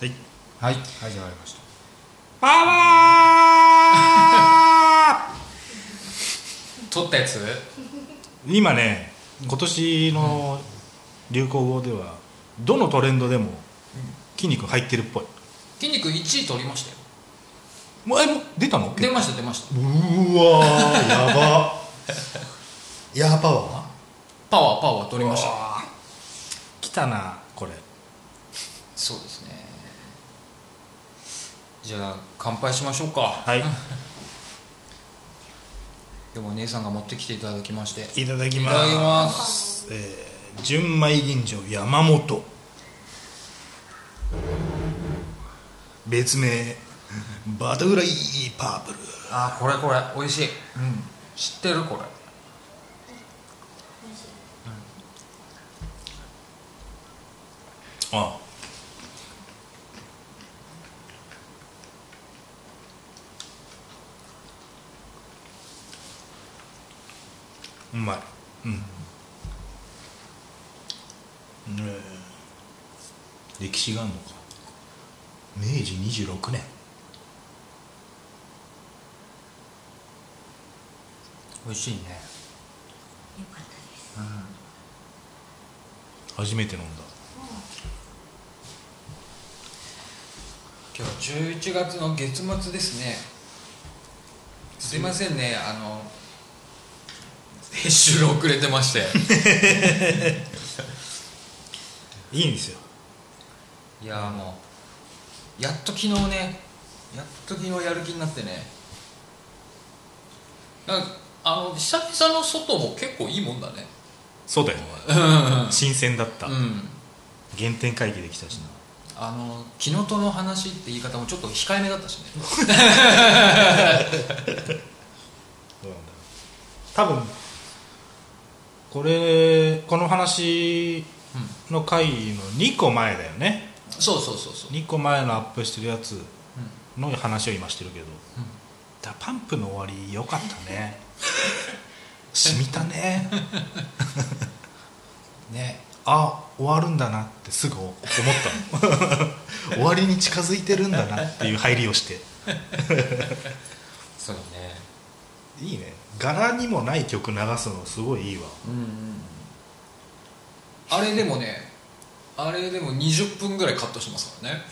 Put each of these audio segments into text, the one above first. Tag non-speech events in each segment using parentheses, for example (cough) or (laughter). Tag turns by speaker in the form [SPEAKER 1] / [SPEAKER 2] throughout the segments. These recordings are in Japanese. [SPEAKER 1] はい
[SPEAKER 2] はい始まりました
[SPEAKER 1] パワー
[SPEAKER 2] 撮ったやつ
[SPEAKER 1] 今ね今年の流行語ではどのトレンドでも筋肉入ってるっぽい
[SPEAKER 2] 筋肉1位取りましたよ
[SPEAKER 1] もうえもう出たの
[SPEAKER 2] 出ました出ました
[SPEAKER 1] うーわーや (laughs) ば
[SPEAKER 3] ヤーパワーは
[SPEAKER 2] パワーパワー取りました
[SPEAKER 1] 来たなこれ
[SPEAKER 2] そうですねじゃあ乾杯しましょうか
[SPEAKER 1] はい
[SPEAKER 2] 今日も姉さんが持ってきていただきましてい
[SPEAKER 1] いただき
[SPEAKER 2] た
[SPEAKER 1] ま
[SPEAKER 2] だき
[SPEAKER 1] す
[SPEAKER 2] ます
[SPEAKER 1] えー純米吟醸山本別名バタフライパープル
[SPEAKER 2] あーこれこれ美味しい、うん、知ってるこれ
[SPEAKER 1] ああうまいうん、ねえ歴史があるのか明治26年
[SPEAKER 2] 美味しいね
[SPEAKER 1] 初めて飲んだ
[SPEAKER 2] 今日11月の月末ですねすいませんねあの編集が遅れてまして
[SPEAKER 1] いいんですよ
[SPEAKER 2] いやーもうやっと昨日ねやっと昨日やる気になってねなんかあの久々の外も結構いいもんだね
[SPEAKER 1] そうだよ新鮮だった、
[SPEAKER 2] うん
[SPEAKER 1] 原点回帰できたしな
[SPEAKER 2] あの「キノトの話」って言い方もちょっと控えめだったしね
[SPEAKER 1] どうなんだろう多分これこの話の回の2個前だよね
[SPEAKER 2] そうそうそうそう
[SPEAKER 1] 2個前のアップしてるやつの話を今してるけど、だパンプの終わり良かった (laughs) ね染みたね
[SPEAKER 2] ね
[SPEAKER 1] あ終わるんだなってすぐ思った (laughs) の終わりに近づいてるんだなっていう入りをして
[SPEAKER 2] そうだね
[SPEAKER 1] いいね柄にもない曲流すのすごいいいわ
[SPEAKER 2] うんうんあれでもねあれでも20分ぐらいカットしてますからね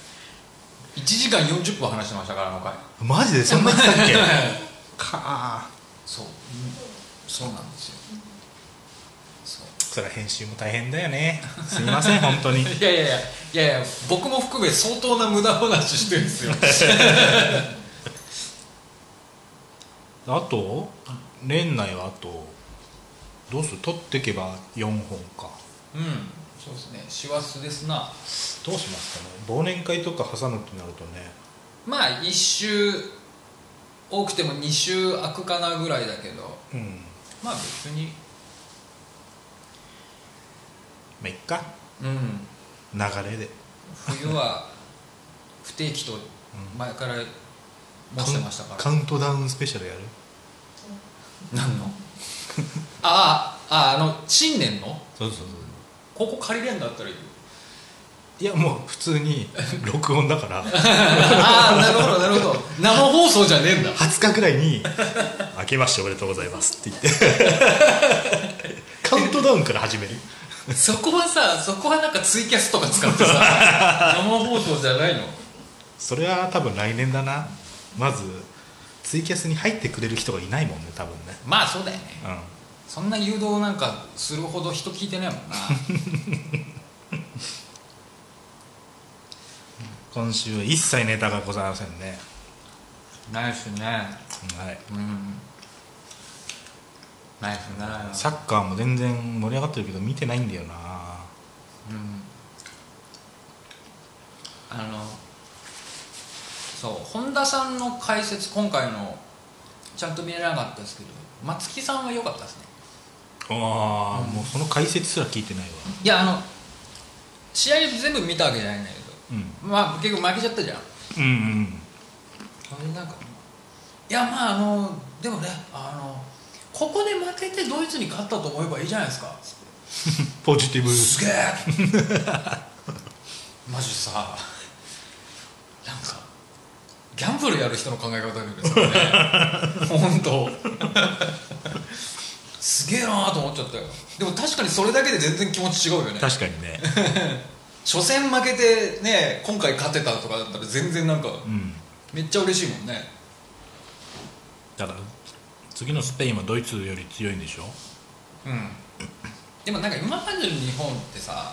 [SPEAKER 2] 1時間40分話してましたからあの回
[SPEAKER 1] マジでそんなやつだっけ (laughs) かあ
[SPEAKER 2] そう、そうなんですよそう
[SPEAKER 1] それは編集も大変だよねすいません本当に
[SPEAKER 2] いやいやいやいやいや僕も含め相当な無駄話してるんですよ (laughs)
[SPEAKER 1] あと年内はあとどうする取ってけば4本か
[SPEAKER 2] うんそうですね師走ですな
[SPEAKER 1] どうしますかね忘年会とか挟むってなるとね
[SPEAKER 2] まあ1週多くても2週空くかなぐらいだけど
[SPEAKER 1] うん
[SPEAKER 2] まあ別に
[SPEAKER 1] まあいっか
[SPEAKER 2] うん
[SPEAKER 1] 流れで
[SPEAKER 2] 冬は不定期と前から申してましたから
[SPEAKER 1] カウンカウントダウンスペシャルやる
[SPEAKER 2] 何のああああの新年の
[SPEAKER 1] そうそうそう
[SPEAKER 2] ここ借りれんだったらいいよ
[SPEAKER 1] いやもう普通に録音だから
[SPEAKER 2] ああなるほどなるほど生放送じゃねえんだ
[SPEAKER 1] 20日ぐらい (laughs) に「明けましておめでとうございます」って言って (laughs) カウントダウンから始める
[SPEAKER 2] そこはさそこはなんかツイキャスとか使って (laughs) さ生放送じゃないの
[SPEAKER 1] それは多分来年だなまずツイキャスに入ってくれる人がいないもんね多分ね
[SPEAKER 2] まあそうだよね
[SPEAKER 1] うん
[SPEAKER 2] そんな誘導なんかするほど人聞いてないもんな
[SPEAKER 1] 今週は一切ネタがございませんね
[SPEAKER 2] (laughs) ないっすね
[SPEAKER 1] はい
[SPEAKER 2] うんないっすね
[SPEAKER 1] サッカーも全然盛り上がってるけど見てないんだよな
[SPEAKER 2] うんあのそう本田さんの解説今回のちゃんと見れなかったですけど松木さんは良かったですね
[SPEAKER 1] ああ、もうその解説すら聞いてないわ
[SPEAKER 2] いやあの試合全部見たわけじゃないんだけど
[SPEAKER 1] うん
[SPEAKER 2] まあ結局負けちゃったじゃん
[SPEAKER 1] うんうん
[SPEAKER 2] それなんかいやまああのでもねあのここで負けてドイツに勝ったと思えばいいじゃないですかつって
[SPEAKER 1] ポジティブ
[SPEAKER 2] すげえマジさなんかギャンブルやる人の考え方ですよね本当すげえなーと思っちゃったよでも確かにそれだけで全然気持ち違うよね
[SPEAKER 1] 確かにね
[SPEAKER 2] 初戦負けてね今回勝てたとかだったら全然なんか
[SPEAKER 1] うん
[SPEAKER 2] めっちゃ嬉しいもんね
[SPEAKER 1] だから次のスペインはドイツより強いんでしょ
[SPEAKER 2] うんでもなんか今までの日本ってさ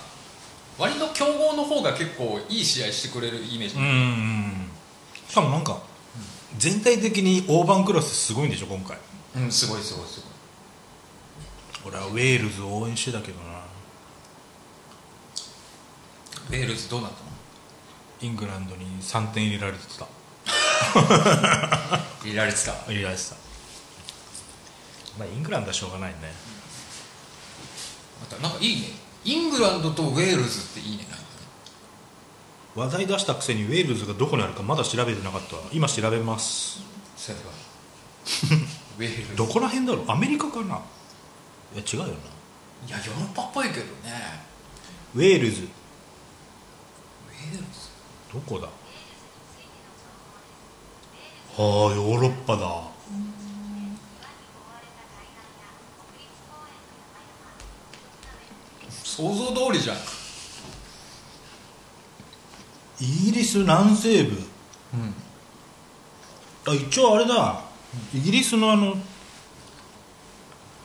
[SPEAKER 2] 割と強豪の方が結構いい試合してくれるイメージ、
[SPEAKER 1] うんうんうんしかもなんか全体的に大盤クラスすごいんでしょ今回
[SPEAKER 2] うんすごいすごいすごい
[SPEAKER 1] 俺はウェールズを応援してたけどな
[SPEAKER 2] ウェールズどうなったの
[SPEAKER 1] イングランドに3点入れられてた
[SPEAKER 2] 入れられてた
[SPEAKER 1] (laughs) 入れられてたまあイングランドはしょうがないね
[SPEAKER 2] またなんかいいねイングランドとウェールズっていいねなんかね
[SPEAKER 1] 話題出したくせにウェールズがどこにあるかまだ調べてなかったわ今調べます
[SPEAKER 2] それはウェールズ
[SPEAKER 1] どこら辺だろうアメリカかないや違うよない
[SPEAKER 2] やヨーロッパっぽいけどね
[SPEAKER 1] ウェールズ
[SPEAKER 2] ウェールズ
[SPEAKER 1] どこだああヨーロッパだ
[SPEAKER 2] 想像通りじゃん
[SPEAKER 1] イギリス南西部
[SPEAKER 2] うん
[SPEAKER 1] あ一応あれだイギリスのあの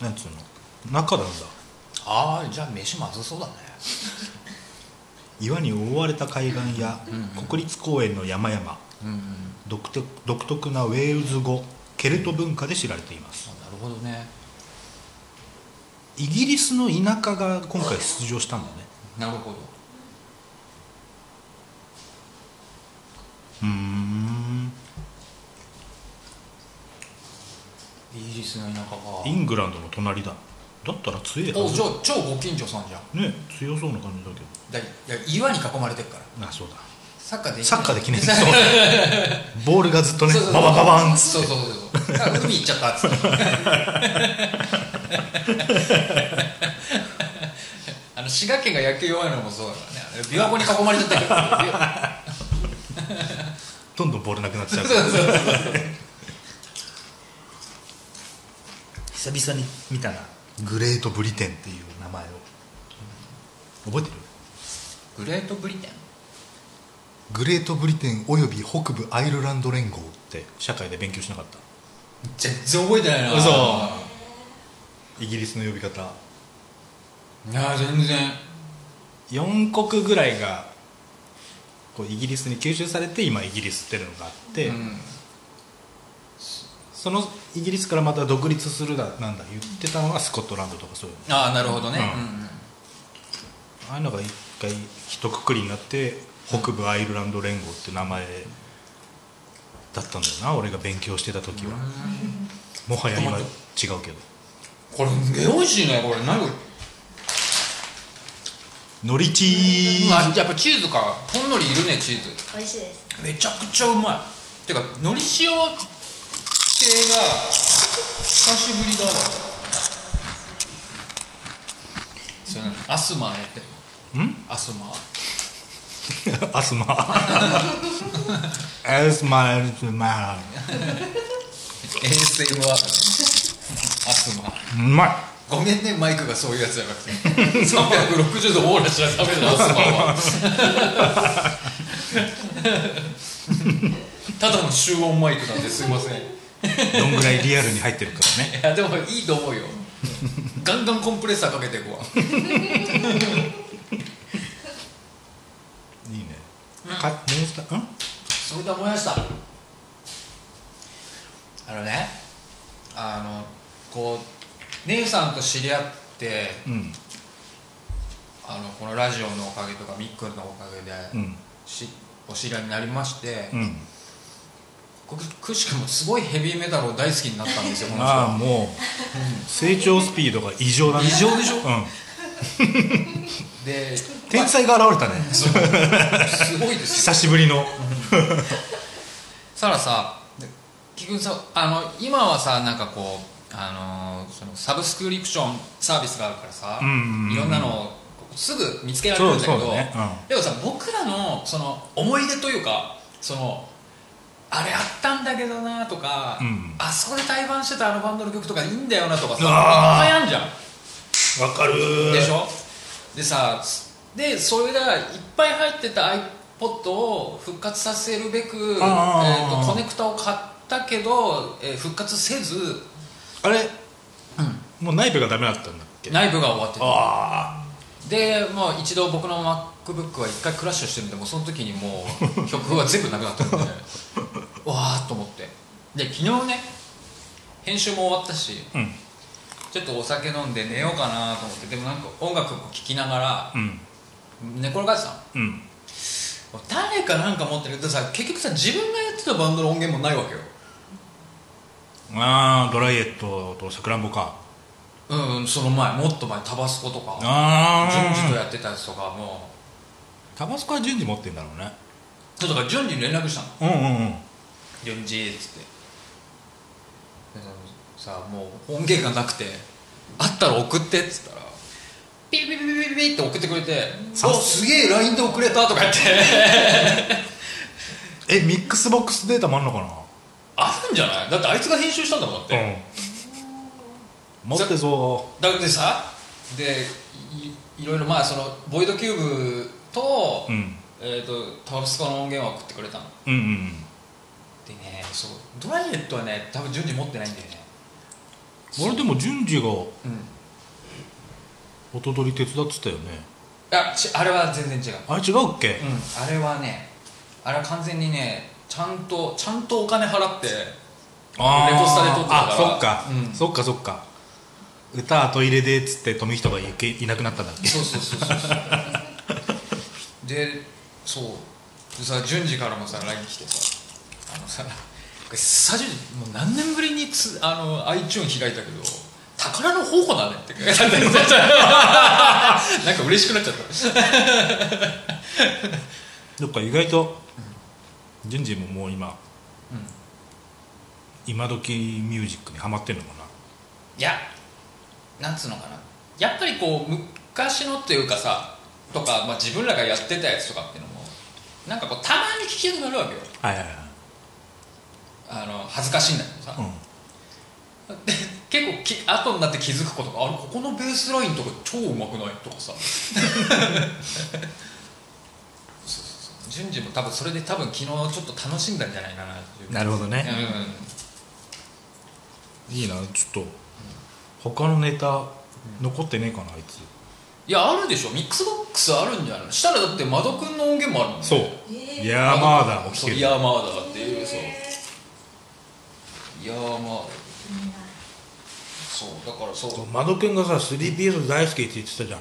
[SPEAKER 1] なんつうの中なんだ
[SPEAKER 2] ああじゃあ飯まずそうだね
[SPEAKER 1] 岩に覆われた海岸や国立公園の山々
[SPEAKER 2] うんうん
[SPEAKER 1] 独特独特なウェールズ語ケルト文化で知られています
[SPEAKER 2] あなるほどね
[SPEAKER 1] イギリスの田舎が今回出場したんだね
[SPEAKER 2] なるほど
[SPEAKER 1] うーん
[SPEAKER 2] イギリスの田舎
[SPEAKER 1] イ
[SPEAKER 2] が
[SPEAKER 1] ングランドの隣だだったら強いは
[SPEAKER 2] お
[SPEAKER 1] ず
[SPEAKER 2] じゃあ超ご近所さんじゃん
[SPEAKER 1] ね強そうな感じだけ
[SPEAKER 2] だいや岩に囲まれてるから
[SPEAKER 1] どあそうだ
[SPEAKER 2] サッカーできない
[SPEAKER 1] サッカーで
[SPEAKER 2] (laughs)
[SPEAKER 1] 記念し (laughs) そうボールがずっとね
[SPEAKER 2] そうそうそ
[SPEAKER 1] (laughs) バ
[SPEAKER 2] う
[SPEAKER 1] バババンっつ
[SPEAKER 2] そう
[SPEAKER 1] って
[SPEAKER 2] そうそうそうあ海行っちゃったっつって (laughs) あの滋賀県が野球弱いのもそうだからねあれ琵琶湖に囲まれちゃった
[SPEAKER 1] (laughs)
[SPEAKER 2] けど
[SPEAKER 1] どんどんボールなくなっちゃう
[SPEAKER 2] そうそうそう
[SPEAKER 1] 久々に見たなグレートブリテンっていう名前を覚えてる
[SPEAKER 2] グレートブリテン
[SPEAKER 3] グレートブリテンおよび北部アイルランド連合
[SPEAKER 1] って社会で勉強しなかった
[SPEAKER 2] 全然覚えてないな
[SPEAKER 1] 嘘
[SPEAKER 2] あ
[SPEAKER 1] イギリスの呼び方
[SPEAKER 2] いや全然
[SPEAKER 1] 4国ぐらいがこうイギリスに吸収されて今イギリスっていうのがあって、
[SPEAKER 2] うん
[SPEAKER 1] そのイギリスからまた独立するだなんだ言ってたのがスコットランドとかそういうの
[SPEAKER 2] ああなるほどね、
[SPEAKER 1] うん
[SPEAKER 2] うんうん
[SPEAKER 1] ああいうのが一回一括りになって北部アイルランド連合って名前だったんだよな俺が勉強してた時は、もはや今違うけど
[SPEAKER 2] これめ美味しいねこれ何これ
[SPEAKER 1] ノリチー
[SPEAKER 2] あやっぱチーズかほんのりいるねチーズ
[SPEAKER 4] 美味しいです
[SPEAKER 2] めちゃくちゃうまいてかのり塩系が久しぶりだわそれアスマーやって
[SPEAKER 1] ん
[SPEAKER 2] アスマー
[SPEAKER 1] アスマアスマアスマ
[SPEAKER 2] ASMR (laughs) アスマー
[SPEAKER 1] うまい
[SPEAKER 2] ごめんねマイクがそういうやつじゃなくて (laughs) 360度オーラしなダメだアスマーは (laughs) ただの集音マイクなんですいません
[SPEAKER 1] どんぐらいリアルに入ってるからね
[SPEAKER 2] いやでもいいと思うよガンガンコンプレッサーかけていくわ
[SPEAKER 1] いいねかモンスターん
[SPEAKER 2] それで思い出したあのねあのこう姉さんと知り合って
[SPEAKER 1] うん
[SPEAKER 2] あのこのラジオのおかげとかみっくんのおかげで、
[SPEAKER 1] うん
[SPEAKER 2] しお知り合いになりまして、
[SPEAKER 1] うん
[SPEAKER 2] くくしくもすごいヘビーメタルを大好きになったんですよこの人
[SPEAKER 1] ああもう成長スピードが異常だね
[SPEAKER 2] 異常でしょ
[SPEAKER 1] うん
[SPEAKER 2] で
[SPEAKER 1] 天才が現れたね
[SPEAKER 2] すごいですよ
[SPEAKER 1] 久しぶりの
[SPEAKER 2] さらさ結局さあの今はさなんかこうあのそのサブスクリプションサービスがあるからさ、
[SPEAKER 1] うんうんうん
[SPEAKER 2] いろんなのをすぐ見つけられるんだけ
[SPEAKER 1] そう
[SPEAKER 2] ど、
[SPEAKER 1] そうだねうん
[SPEAKER 2] でもさ僕らのその思い出というかそのあれあったんだけどなとか、
[SPEAKER 1] うん
[SPEAKER 2] あそこで対バンしてたあのバンドの曲とかいいんだよなとかさいっ
[SPEAKER 1] あー
[SPEAKER 2] ぱいあんじゃん
[SPEAKER 1] わかる
[SPEAKER 2] でしょでさでそれがいっぱい入ってた iPod を復活させるべく、え
[SPEAKER 1] あー
[SPEAKER 2] ー、とコネクタを買ったけど、えー復活せず
[SPEAKER 1] あれ、もう内部がダメだったんだっけ
[SPEAKER 2] 内部が終わってた
[SPEAKER 1] あ
[SPEAKER 2] でもう一度僕の MacBook は一回クラッシュしてるんでもうその時にも
[SPEAKER 1] (laughs)
[SPEAKER 2] う曲は全部なくなってるんでわーっと思ってで昨日ね編集も終わったし
[SPEAKER 1] あうん
[SPEAKER 2] ちょっとお酒飲んで寝ようかなと思ってでもなんか音楽を聴きながら
[SPEAKER 1] うん
[SPEAKER 2] 寝転がってたの
[SPEAKER 1] うん
[SPEAKER 2] 誰かなんか持ってるけどさ結局さ自分がやってたバンドの音源もないわけよ
[SPEAKER 1] ああドライエットとさくらんぼか
[SPEAKER 2] うんうんその前もっと前タバスコとか
[SPEAKER 1] あ
[SPEAKER 2] 順次と
[SPEAKER 1] あ
[SPEAKER 2] やってたやつとかも
[SPEAKER 1] タバスコは順次持ってんだろうね
[SPEAKER 2] そうだから順次に連絡したの
[SPEAKER 1] うんうんうん
[SPEAKER 2] 順次っつってでさもう音源がなくてあったら送ってっつったらピリピリピリピリピリって送ってくれて「
[SPEAKER 1] さ
[SPEAKER 2] おすげえ LINE で送れた」とか言って
[SPEAKER 1] え
[SPEAKER 2] (laughs)
[SPEAKER 1] ミックスボックスデータもあんのか
[SPEAKER 2] あるんじゃないだってあいつが編集したんだもんだって、
[SPEAKER 1] なうん持ってそ
[SPEAKER 2] だってさでいいろいろまあそのボイドキューブと,、
[SPEAKER 1] ううん
[SPEAKER 2] えー、とタバスコの音源を送ってくれたの
[SPEAKER 1] うんうん
[SPEAKER 2] でねそうドライエットはね多分順次持ってないんだよね
[SPEAKER 1] うんあれでも順次が
[SPEAKER 2] うんい
[SPEAKER 1] 音取り手伝ってたよね
[SPEAKER 2] やちあれは全然違う、
[SPEAKER 1] あれ違うっけ
[SPEAKER 2] うん、あれはねあれは完全にねちゃんとちゃんとお金払って
[SPEAKER 1] あー
[SPEAKER 2] レコスタで撮ってたから
[SPEAKER 1] あそっか、
[SPEAKER 2] うん
[SPEAKER 1] そっかそっか歌後入れでっつって富人がいけいなくなったんだっけ
[SPEAKER 2] そうそうそうそうそうでそうでさ順次からもさ LINE 来てさあのさ久しぶりもう何年ぶりにつあの iTunes 開いたけど宝の宝庫だねって (laughs) なんか嬉しくなっちゃった
[SPEAKER 1] どっか意外と順次ももう今、今時ミュージックにハマってんのか
[SPEAKER 2] いやなんつうのかなやっぱりこう昔のっていうかさとか、まあ、自分らがやってたやつとかっていうのもなんかこうたまに聞きたくなるわけよ
[SPEAKER 1] なはいはいはい
[SPEAKER 2] あの恥ずかしいんだけどさ、
[SPEAKER 1] うん
[SPEAKER 2] で結構き後になって気づくことがあれここのベースラインとか超うまくないとかさそうそうそう順次も多分それで多分昨日ちょっと楽しんだんじゃないかなっていう
[SPEAKER 1] なるほどねいいなちょっと他のネタ残ってねえかなあいつ
[SPEAKER 2] いやあるでしょミックスボックスあるんじゃないしたらだって窓くんの音源もあるもんね
[SPEAKER 1] そう
[SPEAKER 4] えー
[SPEAKER 1] いやーマーダーも来
[SPEAKER 2] そう
[SPEAKER 1] て
[SPEAKER 2] イ
[SPEAKER 1] る
[SPEAKER 2] ヤーマーダーっていうそう
[SPEAKER 4] え
[SPEAKER 2] イヤーマーダー
[SPEAKER 4] ーいいな
[SPEAKER 2] そうだからそうう
[SPEAKER 1] 窓くんがさ 3PS 大好きって言ってたじゃん
[SPEAKER 2] ん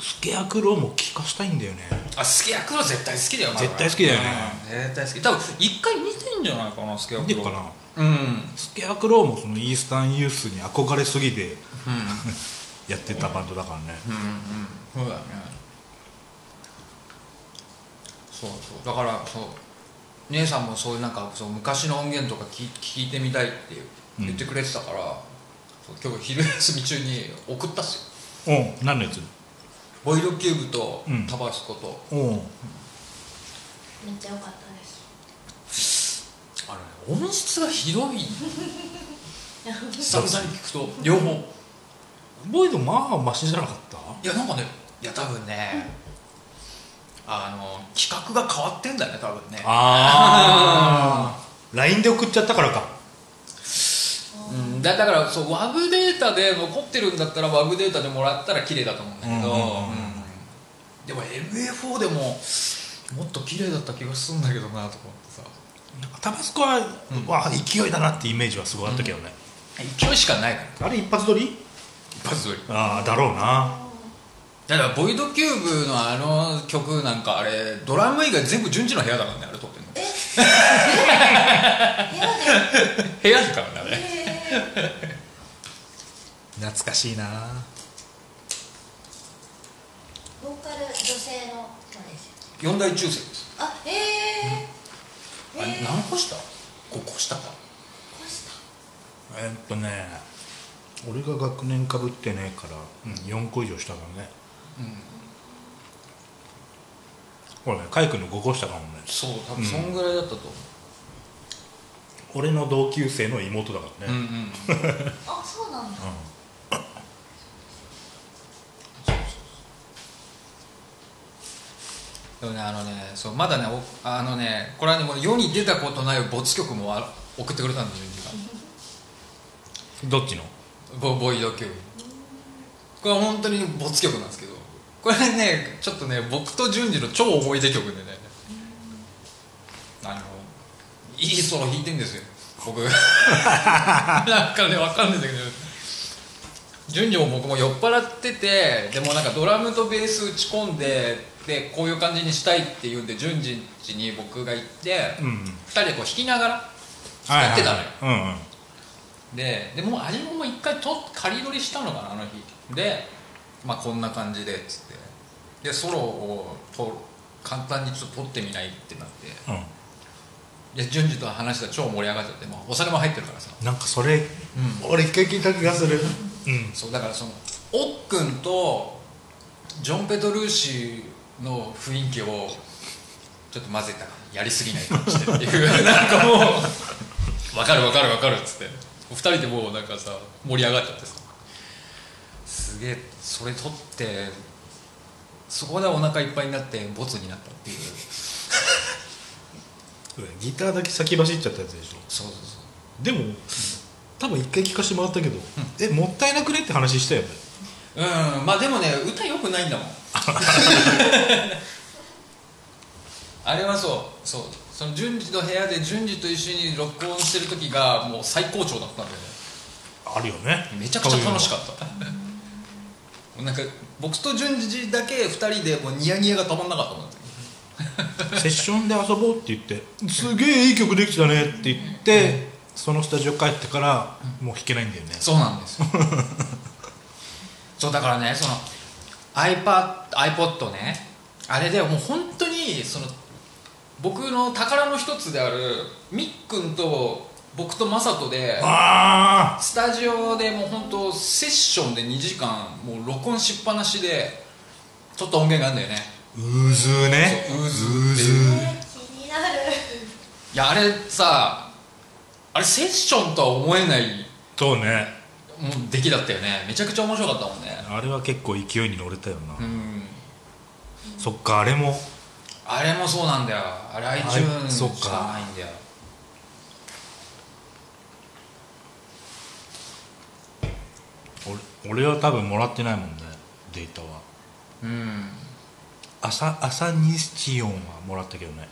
[SPEAKER 1] スケアクローも聞かしたいんだよね
[SPEAKER 2] あスケアクロ絶対好きだよま
[SPEAKER 1] 絶対好きだよね
[SPEAKER 2] うん絶対好き多分一回見てんじゃないかなスケア
[SPEAKER 1] 見
[SPEAKER 2] クロ
[SPEAKER 1] てるかな
[SPEAKER 2] うん
[SPEAKER 1] スケアクローもそのイースタンユースに憧れすぎて
[SPEAKER 2] う
[SPEAKER 1] やってたバンドだからね
[SPEAKER 2] んうんうんそうだねそうそうだからそう姉さんもそういうなんかそう昔の音源とか聞聞いてみたいって言ってくれてたから、そう今日昼休み中に送ったっすよ
[SPEAKER 1] うん何のやつ
[SPEAKER 2] ボイドキューブと
[SPEAKER 1] うん
[SPEAKER 2] タバスコと、
[SPEAKER 1] うん
[SPEAKER 4] めっちゃ良かった
[SPEAKER 1] (laughs)
[SPEAKER 4] です
[SPEAKER 2] あれね音質がひどい久
[SPEAKER 1] そう
[SPEAKER 2] 々に聞くと両方
[SPEAKER 1] ボイドまあマシじゃなかった
[SPEAKER 2] いやなんかねいや多分ねあの企画が変わってんだよね多分ね
[SPEAKER 1] ああ LINE で送っちゃったからか
[SPEAKER 2] うん、だだからそう WAV データで残ってるんだったら WAV データでもらったら綺麗だと思うんだけ
[SPEAKER 1] うんうん
[SPEAKER 2] ど、
[SPEAKER 1] うんうん
[SPEAKER 2] でも MA4 でももっと綺麗だった気がするんだけどなとか思ってさ
[SPEAKER 1] なんかタバスコは、
[SPEAKER 2] うん
[SPEAKER 1] わあ勢いだなってイメージはすごいあったけどね、
[SPEAKER 2] 勢いしかないから
[SPEAKER 1] あれ一発撮り
[SPEAKER 2] 一発撮り
[SPEAKER 1] ああだろうな
[SPEAKER 2] だからボイドキューブのあの曲なんかあれドラム以外全部順次の部屋だからねあれ撮ってんの
[SPEAKER 4] え部屋で
[SPEAKER 2] 部屋だからねあれ
[SPEAKER 4] え
[SPEAKER 1] 懐かしいな
[SPEAKER 4] ーボーカル女性の人ですよ
[SPEAKER 2] 四大抽選です
[SPEAKER 4] あえー、
[SPEAKER 2] あれ
[SPEAKER 4] えー、
[SPEAKER 2] 何個した ?5 個したか
[SPEAKER 4] こした
[SPEAKER 1] えーっとね俺が学年かぶってねえから、うん、4個以上したからねほらね海君の5個下かもね
[SPEAKER 2] そう多分そんぐらいだったと思
[SPEAKER 1] 俺の同級生の妹だから
[SPEAKER 2] う、うんう
[SPEAKER 1] ね、
[SPEAKER 2] ん
[SPEAKER 4] あそうなんだ
[SPEAKER 1] うん
[SPEAKER 2] でもねあのねそうまだねおあのねこれはねもう世に出たことない没曲もあ送ってくれたんですよ
[SPEAKER 1] どっちの
[SPEAKER 2] ボボイド曲これは本当に没曲なんですけどこれねちょっとね僕と淳二の超思い出曲でねあのいいソロ弾いてんですよ僕なんかねわかんないんだけど淳二も僕も酔っ払っててでもなんかドラムとベース打ち込んででこういう感じにしたいって言うんで淳二ん家に僕が行って、
[SPEAKER 1] うんうん
[SPEAKER 2] 2人でこう弾きながらやってたのよ、
[SPEAKER 1] はいはいはい
[SPEAKER 2] ででもう味ももう一回と仮取りしたのかなあの日でまあこんな感じでっつってでソロをと簡単にちょっと取ってみないってなって
[SPEAKER 1] うんうん
[SPEAKER 2] で順次と話したら超盛り上がっちゃって、まあ、お酒も入ってるからさ
[SPEAKER 1] なんかそれ、俺一回聞いた気がするうん
[SPEAKER 2] そうだからそのおっくんとジョン・ペトルーシーの雰囲気をちょっと混ぜたやりすぎないかもしれないっていう (laughs) なんかもう分かる分かる分かるっつって二人でもうなんかさ盛り上がっちゃってさすげえそれ取ってそこでお腹いっぱいになってボツになったっていう
[SPEAKER 1] ギターだけ先走っちゃったやつでしょ
[SPEAKER 2] そうそう
[SPEAKER 1] でも多分一回聞かせてもらったけど、えもったいなくねって話したよね
[SPEAKER 2] そううんまあでもね歌よくないんだもんあれはそうそうその順次の部屋で順次と一緒に録音してる時がもう最高潮だったんだよね
[SPEAKER 1] あるよね
[SPEAKER 2] めちゃくちゃ楽しかった (laughs) なんか僕と順次だけ2人でもうニヤニヤが止まんなかったもん
[SPEAKER 1] たセッションで遊ぼうって言って「すげえいい曲できたね」って言って、そのスタジオ帰ってからもう弾けないんだよね、
[SPEAKER 2] そうなんですよそうだからねその iPad iPod ねあれでもう本当にその僕の宝の一つであるみっくんと僕とマサトで
[SPEAKER 1] あ
[SPEAKER 2] スタジオでもう本当セッションで2時間もう録音しっぱなしでちょっと音源があるんだよね
[SPEAKER 1] ーうずーね
[SPEAKER 2] そううず
[SPEAKER 1] うず
[SPEAKER 4] え
[SPEAKER 1] ー
[SPEAKER 4] ー気になる
[SPEAKER 2] いやあれさあれセッションとは思えない
[SPEAKER 1] そうね
[SPEAKER 2] もう出来だったよねめちゃくちゃ面白かったもんね
[SPEAKER 1] あれは結構勢いに乗れたよな、
[SPEAKER 2] うん
[SPEAKER 1] そっかあれも
[SPEAKER 2] あれもそうなんだよあれ iTunes
[SPEAKER 1] そっか
[SPEAKER 2] しかないんだよ
[SPEAKER 1] 俺俺は多分もらってないもんねデータは
[SPEAKER 2] うん
[SPEAKER 1] 朝朝ニスチオンはもらったけどね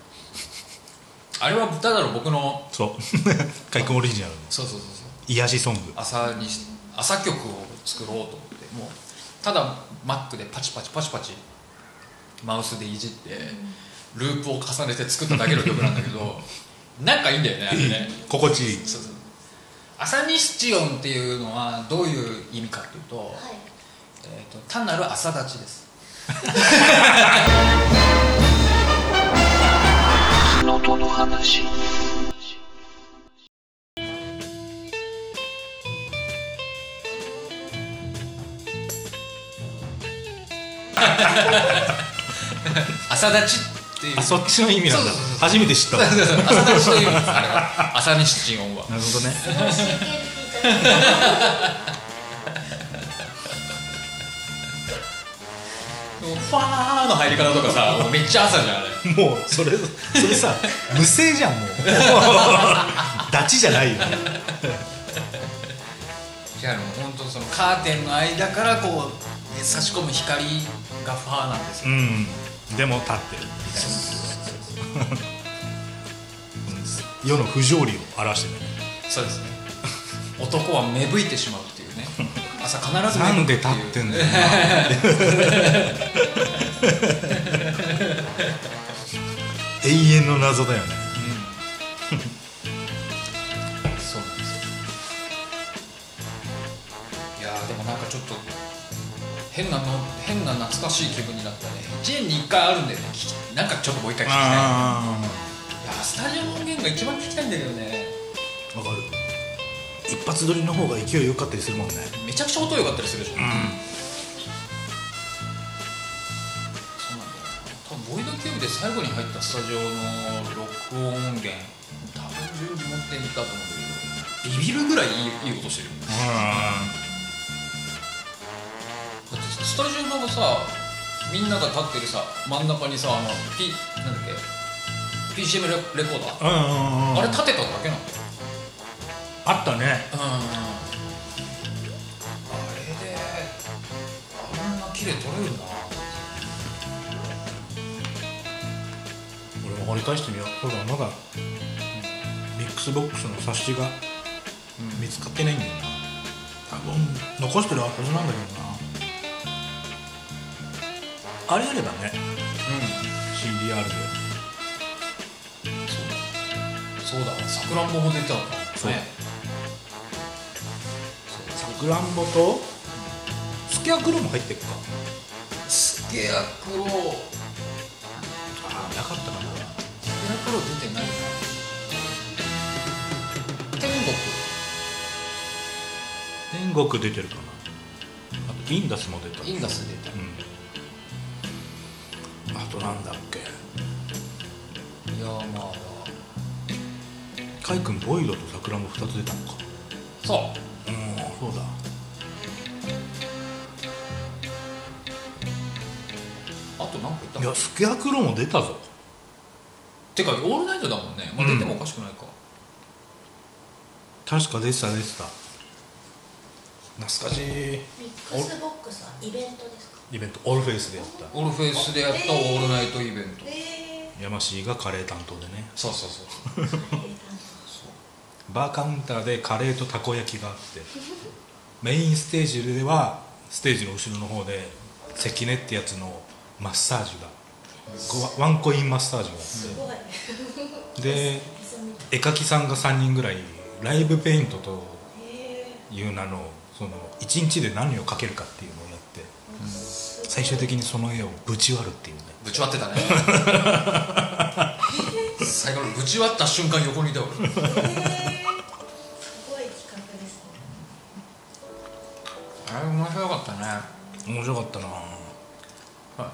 [SPEAKER 2] あれはただの僕の
[SPEAKER 1] そう (laughs) 海君オリジナルの
[SPEAKER 2] そうそうそうそう
[SPEAKER 1] 癒しソング
[SPEAKER 2] 朝にし朝曲を作ろうと思ってもうただ Mac でパチパチパチパチマウスでいじってループを重ねて作っただけの曲なんだけ
[SPEAKER 1] (laughs)
[SPEAKER 2] どなんかいいんだよねあれね
[SPEAKER 1] 心地いい
[SPEAKER 2] そうそうアサニシチオンっていうのはどういう意味かっていうと,、
[SPEAKER 4] はい
[SPEAKER 2] えー、と単なる朝立ちです
[SPEAKER 5] 喉の話
[SPEAKER 2] 朝立ちっていう
[SPEAKER 1] あそっちの意味なんだ
[SPEAKER 2] そうそうそう
[SPEAKER 1] 初めて知ったわ
[SPEAKER 2] そうそうそう朝立ちという意味ですあれは朝西チオン
[SPEAKER 1] なる
[SPEAKER 2] は
[SPEAKER 1] ほどね
[SPEAKER 4] すごい真剣に聞いちゃった
[SPEAKER 2] ファーの入り方とかさもうめっちゃ朝じゃんあれ
[SPEAKER 1] もうそれそれ
[SPEAKER 2] (laughs)
[SPEAKER 1] さ無声じゃんもう (laughs) ダチじゃないよ
[SPEAKER 2] じゃあもう本当そのカーテンの間からこう、ね、差し込む光がファーなんですよ
[SPEAKER 1] うんでも立ってるみたいな世の不条理を表してる
[SPEAKER 2] そうですね (laughs) 男は芽吹いてしまうっていうね
[SPEAKER 1] (laughs)
[SPEAKER 2] 朝必ず
[SPEAKER 1] な
[SPEAKER 2] 芽
[SPEAKER 1] んで
[SPEAKER 2] 吹く
[SPEAKER 1] 立
[SPEAKER 2] って
[SPEAKER 1] っ
[SPEAKER 2] いう
[SPEAKER 1] てんだ
[SPEAKER 2] (laughs)
[SPEAKER 1] よな永遠の謎だよね
[SPEAKER 2] そうなんですよいやーでもなんかちょっと変なの変な懐かしい気分になったね1年に1回あるんだよね聞きなんかちょっともう一回聞きたいいや
[SPEAKER 1] あ
[SPEAKER 2] ースタジオの音源が一番聞きたいんだけどね
[SPEAKER 1] あわかる一発撮りの方が勢い良かったりするもんね
[SPEAKER 2] めちゃくちゃ音良かったりするでしょ、うそうなんだよな多分ボイドキューブでで最後に入ったスタジオの録音音源多分順次持っていったと思うんだけどビビるぐらいいいいい音してるよだってスタジオのさみんなが立ってるさ真ん中にさあのピなんだっけ PCM レレコー
[SPEAKER 1] う
[SPEAKER 2] ダー
[SPEAKER 1] んうんうんうん
[SPEAKER 2] あれ立てただけなんだよ
[SPEAKER 1] あったね
[SPEAKER 2] うんあれであんな綺麗撮れるな
[SPEAKER 1] 俺も掘り返してみようそうだまだミックスボックスの冊子が見つかってないんだよな多分残してるはずなんだけどなあれあればね
[SPEAKER 2] う
[SPEAKER 1] CDR で
[SPEAKER 2] んそうださくらんぼも出たんだ
[SPEAKER 1] そう
[SPEAKER 2] ね
[SPEAKER 1] さくらんぼとスケアクロも入ってるか
[SPEAKER 2] スケアクロー
[SPEAKER 1] ああなかったかな
[SPEAKER 2] スケアクロー出てないか天国
[SPEAKER 1] 天国出てるかなあとインダスも出た
[SPEAKER 2] インダス出た
[SPEAKER 1] うんあとなんだっけ
[SPEAKER 2] いやまあまあ
[SPEAKER 1] カイ君ボイドとさくらんぼ2つ出たのか
[SPEAKER 2] そう
[SPEAKER 1] うんそうだ
[SPEAKER 2] あと何か言った
[SPEAKER 1] い
[SPEAKER 2] の
[SPEAKER 1] やスケアクロも出たぞ
[SPEAKER 2] てかオールナイトだもんね、まあ、
[SPEAKER 1] うん
[SPEAKER 2] 出てもおかしくないか、
[SPEAKER 1] 確か出てた出てた懐かしい
[SPEAKER 4] ミックスボックスはイベントですか
[SPEAKER 1] イベントオールフェイスでやった
[SPEAKER 2] オールフェイスでやったオールナイトイベント、
[SPEAKER 4] え
[SPEAKER 1] 山氏がカレー担当でね
[SPEAKER 2] そうそうそう
[SPEAKER 4] ー、カレー担
[SPEAKER 1] バーカウンターでカレーとたこ焼きがあってメインステージではステージの後ろの方で関根ってやつのマッサージがこうワンコインマッサージがあ
[SPEAKER 4] 当す
[SPEAKER 1] っ
[SPEAKER 4] ごい
[SPEAKER 1] てで
[SPEAKER 4] 休み
[SPEAKER 1] 絵描きさんが3人ぐらいライブペイントと
[SPEAKER 4] え
[SPEAKER 1] いう名のその1日で何を描けるかっていうのをやって
[SPEAKER 4] ー、すごい
[SPEAKER 1] 最終的にその絵をぶち割るっていうね
[SPEAKER 2] ぶち割ってたね最後のぶち割った瞬間横にいた俺
[SPEAKER 4] えー、すごい企画ですね
[SPEAKER 2] あれ面白かったね
[SPEAKER 1] 面白かったな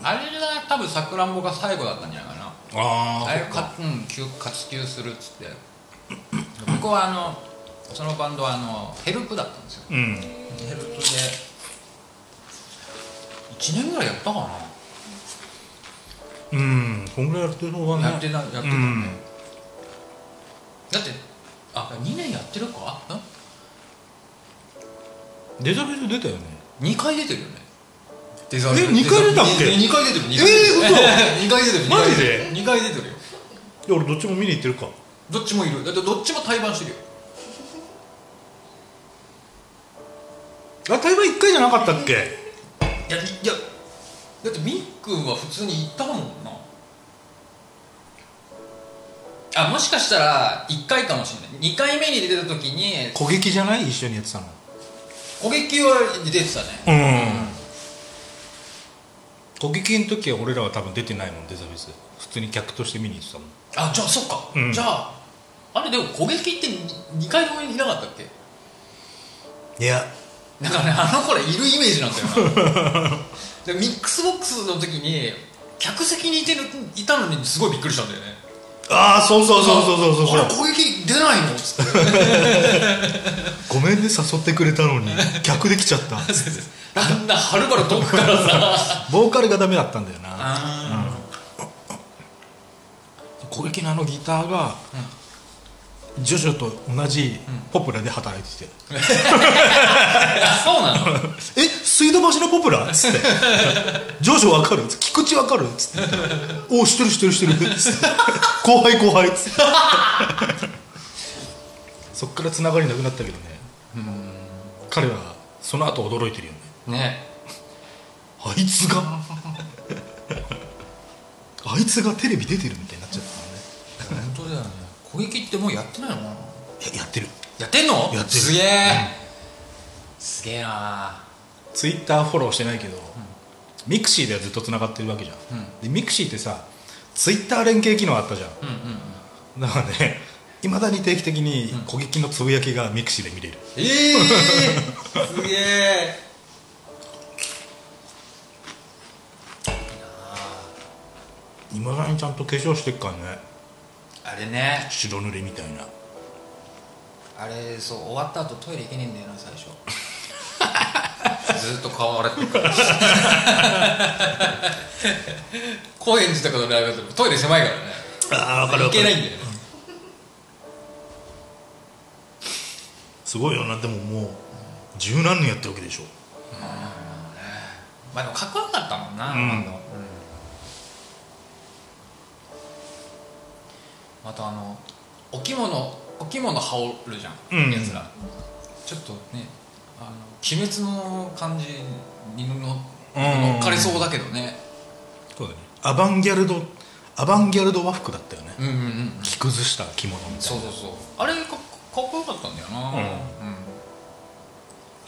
[SPEAKER 2] あれが多分さくらんぼが最後だったんじゃないかな
[SPEAKER 1] あ
[SPEAKER 2] あれか、うん、休活休するっつって僕はあのそのバンドはあのヘルプだったんですよ
[SPEAKER 1] うん
[SPEAKER 2] ヘルプで1年ぐらいやったかな
[SPEAKER 1] うんこんぐらいやってるのがね
[SPEAKER 2] やってなやってたね、
[SPEAKER 1] うん
[SPEAKER 2] だってあ2年やってるか
[SPEAKER 1] デザフェス出たよね
[SPEAKER 2] 2回出てるよねデ
[SPEAKER 1] え
[SPEAKER 2] ル
[SPEAKER 1] 二回出たっけ
[SPEAKER 2] デザ二回出てる2 (laughs)
[SPEAKER 1] え
[SPEAKER 2] 2回出てる
[SPEAKER 1] マジで
[SPEAKER 2] 2回出てるよ
[SPEAKER 1] いや俺どっちも見に行ってるか
[SPEAKER 2] どっちもいるだってどっちも対バンしてるよ
[SPEAKER 1] あ対話1回じゃなかったっけ
[SPEAKER 2] いやいやだってみっくんは普通に行ったもんなあもしかしたら1回かもしれない2回目に出てた時に
[SPEAKER 1] 小劇じゃない一緒にやってたの
[SPEAKER 2] 攻撃は出てたね
[SPEAKER 1] うん、小劇の時は俺らは多分出てないもんデザフェス普通に客として見に行ってたもん
[SPEAKER 2] あじゃあそっか、
[SPEAKER 1] うん
[SPEAKER 2] じゃああれでも攻撃って2回ともいなかったっけ
[SPEAKER 1] いや
[SPEAKER 2] だからねあの頃いるイメージなんだ
[SPEAKER 1] (laughs)
[SPEAKER 2] よなでミックスボックスの時に客席にいてるいたのにすごいびっくりしたんだよね
[SPEAKER 1] ああそうそうそうそうそうそう
[SPEAKER 2] あれ攻撃出ないのっつって
[SPEAKER 3] ごめんね誘ってくれたの
[SPEAKER 1] (laughs)
[SPEAKER 3] に逆できちゃった
[SPEAKER 2] あんなはるばる遠くからさ
[SPEAKER 1] ボーカルがダメだったんだよな
[SPEAKER 2] あ
[SPEAKER 1] 小劇のあのギターが、ジョジョと同じポプラで働いてきてる、
[SPEAKER 2] あそうなの
[SPEAKER 1] え水道橋のポプラっつって「ジョジョわかる?」菊池わかる?」っつって「おお知ってる知ってる知ってる」っつって「後輩後輩」っつってそっからつながりなくなったけどね彼はその後驚いてるよ (laughs) ね
[SPEAKER 2] ね
[SPEAKER 1] あいつがあいつがテレビ出てるみたいになっちゃったもんね
[SPEAKER 2] 本当だよね攻撃ってもうやってないのかない
[SPEAKER 1] ややってる
[SPEAKER 2] やってんの
[SPEAKER 1] やってる
[SPEAKER 2] すげえ、すげえな
[SPEAKER 1] ツイッターフォローしてないけど、ミクシーではずっとつながってるわけじゃん、
[SPEAKER 2] うん
[SPEAKER 1] でミクシーってさツイッター連携機能あったじゃん、
[SPEAKER 2] うんうんうん
[SPEAKER 1] だからねいまだに定期的に小劇のつぶやきがミクシーで見れる、
[SPEAKER 2] ええー、すげえ
[SPEAKER 1] 今だにちゃんと化粧してっからね
[SPEAKER 2] あれね
[SPEAKER 1] 白塗りみたいな
[SPEAKER 2] あれそう終わった後トイレ行けねえんだよな最
[SPEAKER 1] (laughs)
[SPEAKER 2] 初ずっと顔洗ってるから高円寺とかのライブだとトイレ狭いからね
[SPEAKER 1] ああ
[SPEAKER 2] 行けないんだよね
[SPEAKER 1] すごいよなでももう十何年やってるわけでしょ
[SPEAKER 2] まあでもかっこよかったもんな、
[SPEAKER 1] うん
[SPEAKER 2] あのまたあのお着物お着物羽織るじゃん、
[SPEAKER 1] うん
[SPEAKER 2] やつらちょっとねあの鬼滅の感じにの乗っかれそうだけどね
[SPEAKER 1] そうだねアバンギャルドアバンギャルド和服だったよね
[SPEAKER 2] うんうんうん
[SPEAKER 1] 着崩した着物みたいな
[SPEAKER 2] そうそうそうあれかかっこよかったんだよな
[SPEAKER 1] うん
[SPEAKER 2] うん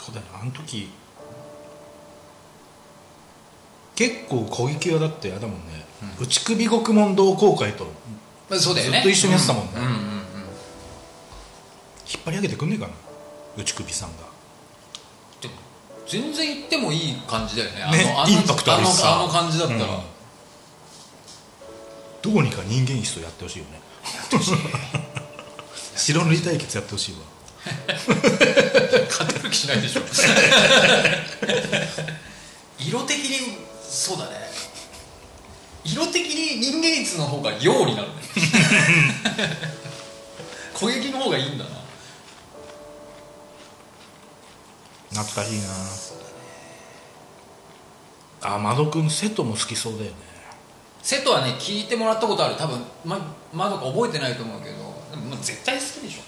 [SPEAKER 1] そうだよなあの時結構小劇はだってあれだもんね、内首獄門同好会と
[SPEAKER 2] まあそうだよね
[SPEAKER 1] ずっと一緒にやってたもんね
[SPEAKER 2] うんうんうんうん
[SPEAKER 1] 引っ張り上げてくんねえかな内首さんが
[SPEAKER 2] でも全然行ってもいい感じだよね
[SPEAKER 1] ね
[SPEAKER 2] あの
[SPEAKER 1] インパクトあるしさ
[SPEAKER 2] あのあの感じだったら、
[SPEAKER 1] うんどうにか人間椅子とやってほしいよね (laughs) 白塗り対決やってほしいわ
[SPEAKER 2] 勝てる気しないでしょ色的にそうだね色的に人間率の方が陽になるね攻撃の方がいいんだな
[SPEAKER 1] 懐かしいなあ窓くん瀬戸も好きそうだよね
[SPEAKER 2] 瀬戸はね聞いてもらったことある多分ままだか覚えてないと思うけどでもまあ絶対好きでしょ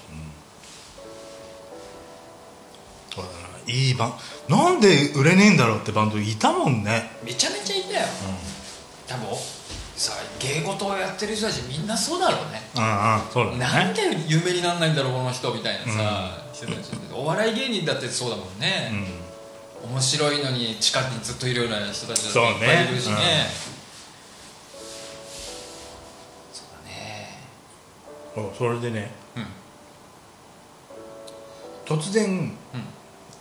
[SPEAKER 1] そうだないいバンなんで売れねえんだろうってバンドいたもんね
[SPEAKER 2] めちゃめちゃいたよ、多分さ芸事をやってる人たちみんなそうだろうね
[SPEAKER 1] うんうんそうだ
[SPEAKER 2] なん
[SPEAKER 1] ね
[SPEAKER 2] で有名になんないんだろうこの人みたいなさ、人たちお笑い芸人だってそうだもんね、
[SPEAKER 1] うん
[SPEAKER 2] 面白いのに地下にずっといるような人たちだって
[SPEAKER 1] そう
[SPEAKER 2] いっ
[SPEAKER 1] ね
[SPEAKER 2] ぱいいるしねそうだね
[SPEAKER 1] そうそれでね
[SPEAKER 2] うん
[SPEAKER 1] 突然、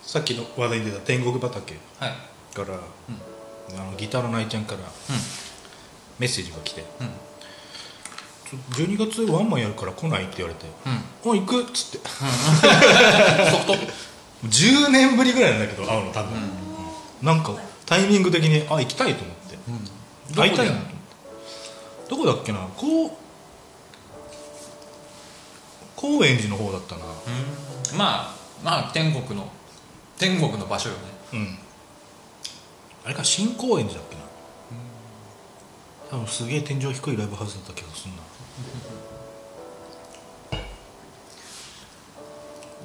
[SPEAKER 1] さっきの話題に出た天国畑
[SPEAKER 2] はい
[SPEAKER 1] から、あのギターのないちゃんから、メッセージが来て、12月ワンマンやるから来ない?」って言われて「お行く」っつって (laughs)
[SPEAKER 2] ソフト
[SPEAKER 1] 10年ぶりぐらいなんだけど会うの多分、うんなんかタイミング的にあ行きたいと思って、会いたいなと思ってどこだっけなこう高円寺の方だったな
[SPEAKER 2] まあまあ天国の天国の場所よね
[SPEAKER 1] うんあれか新高円寺だっけな多分すげえ天井低いライブハウスだった気がするない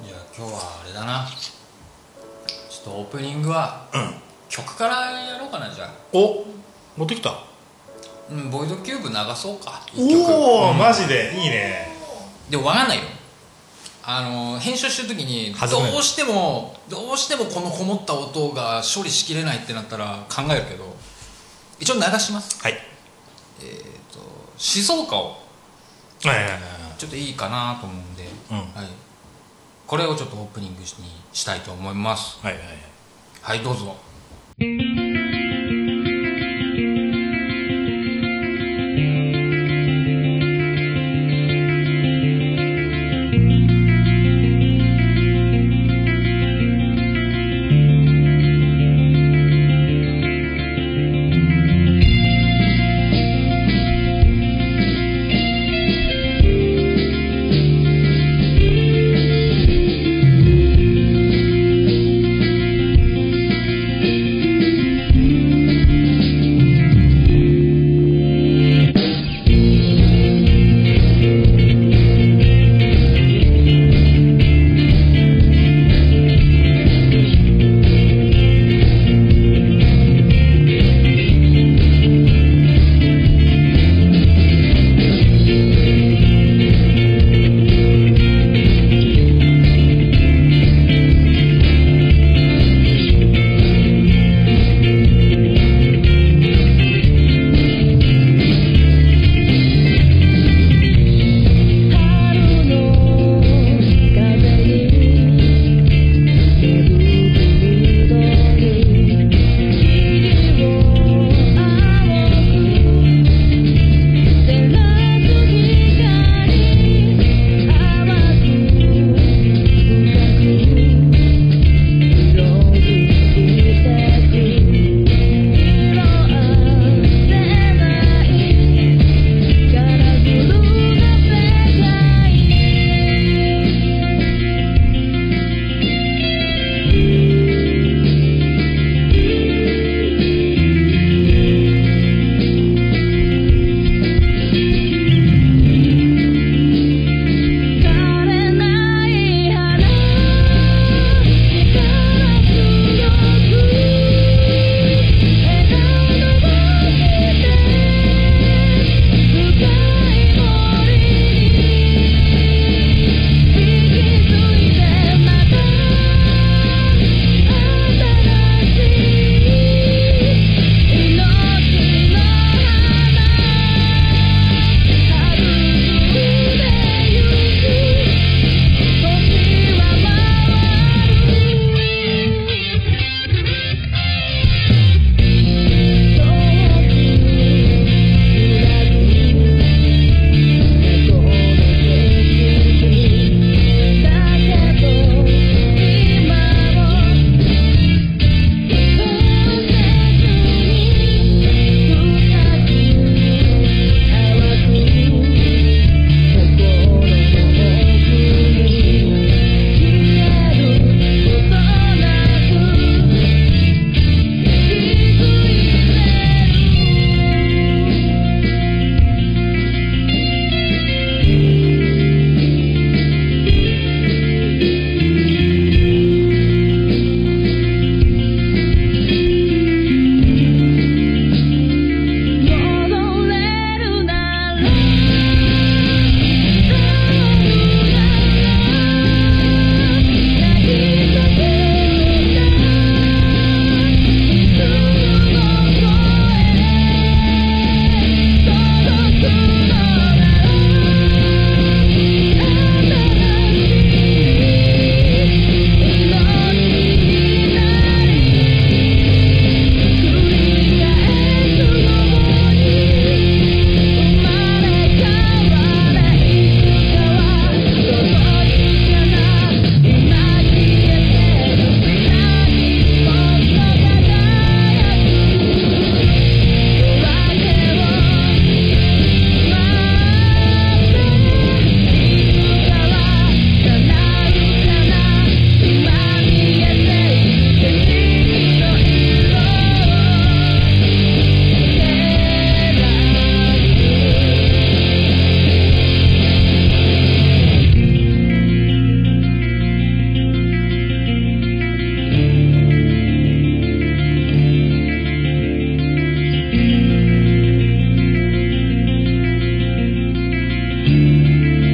[SPEAKER 2] や今日はあれだなちょっとオープニングは、曲からやろうかなじゃあ、
[SPEAKER 1] お持ってきた
[SPEAKER 2] うん、ボイドキューブ流そうか一曲
[SPEAKER 1] おお、マジでいいね
[SPEAKER 2] でも分かんないよあの編集してる時に
[SPEAKER 1] 外せない
[SPEAKER 2] どうしてもどうしてもこのこもった音が処理しきれないってなったら考えるけど一応流します
[SPEAKER 1] はい
[SPEAKER 2] えっ、と静岡を
[SPEAKER 1] はいはいはい
[SPEAKER 2] ちょっといいかなと思うんで、
[SPEAKER 1] うん
[SPEAKER 2] はい、これをちょっとオープニングにしたいと思います
[SPEAKER 1] はいはいはい
[SPEAKER 2] はいどうぞ
[SPEAKER 6] 「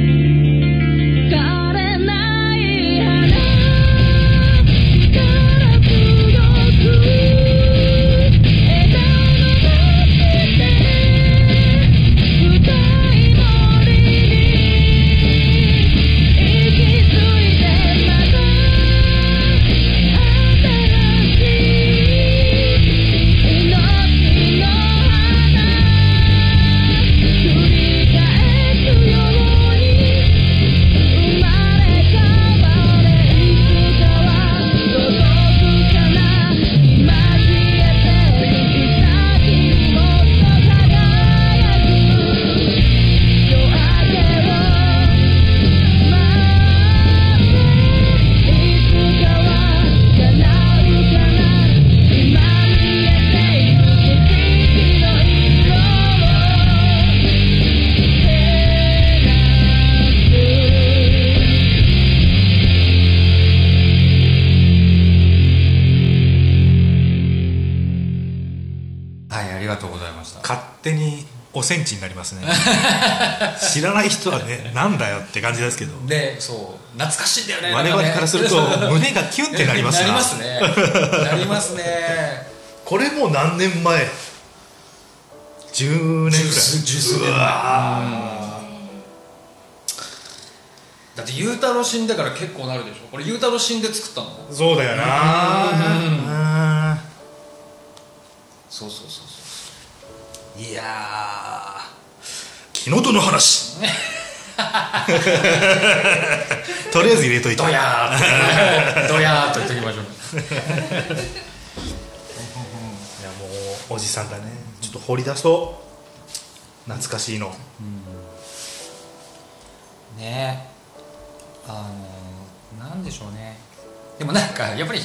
[SPEAKER 6] 枯れない花から届く枝の中で深い森に息づいてまた新しい命の花繰り返すように生まれ変われいつかは届くから今消えて行き先にもっと輝く夜明けを待っていつかは叶うから今見えている景色の色を照らす
[SPEAKER 2] はいありがとうございました
[SPEAKER 1] 勝手におセンチになり (laughs) ますね知らない人はねなんだよって感じですけ (laughs) ど
[SPEAKER 2] でそう懐かしいんだよね
[SPEAKER 1] 我々
[SPEAKER 2] なんね
[SPEAKER 1] からする (laughs) と胸がキュンってなります
[SPEAKER 2] (laughs)
[SPEAKER 1] (laughs) な
[SPEAKER 2] なりますねなります (laughs) ね
[SPEAKER 1] これもう何年前10年ぐらい
[SPEAKER 2] 十数十数年前
[SPEAKER 1] うわ
[SPEAKER 2] だってゆうたろう死んでから結構なるでしょこれゆうたろう死んで作ったの
[SPEAKER 1] ーそうだよなあ
[SPEAKER 2] そうそうそうそういや
[SPEAKER 1] 昨日との (laughs) 話とりあえず入れとい
[SPEAKER 2] ー
[SPEAKER 1] た
[SPEAKER 2] ドヤ (laughs) ードヤーと言っておきましょう
[SPEAKER 1] いやもうおじさんだねちょっと掘り出そう懐かしいの
[SPEAKER 2] ねあのなんでしょうねでもなんかやっぱり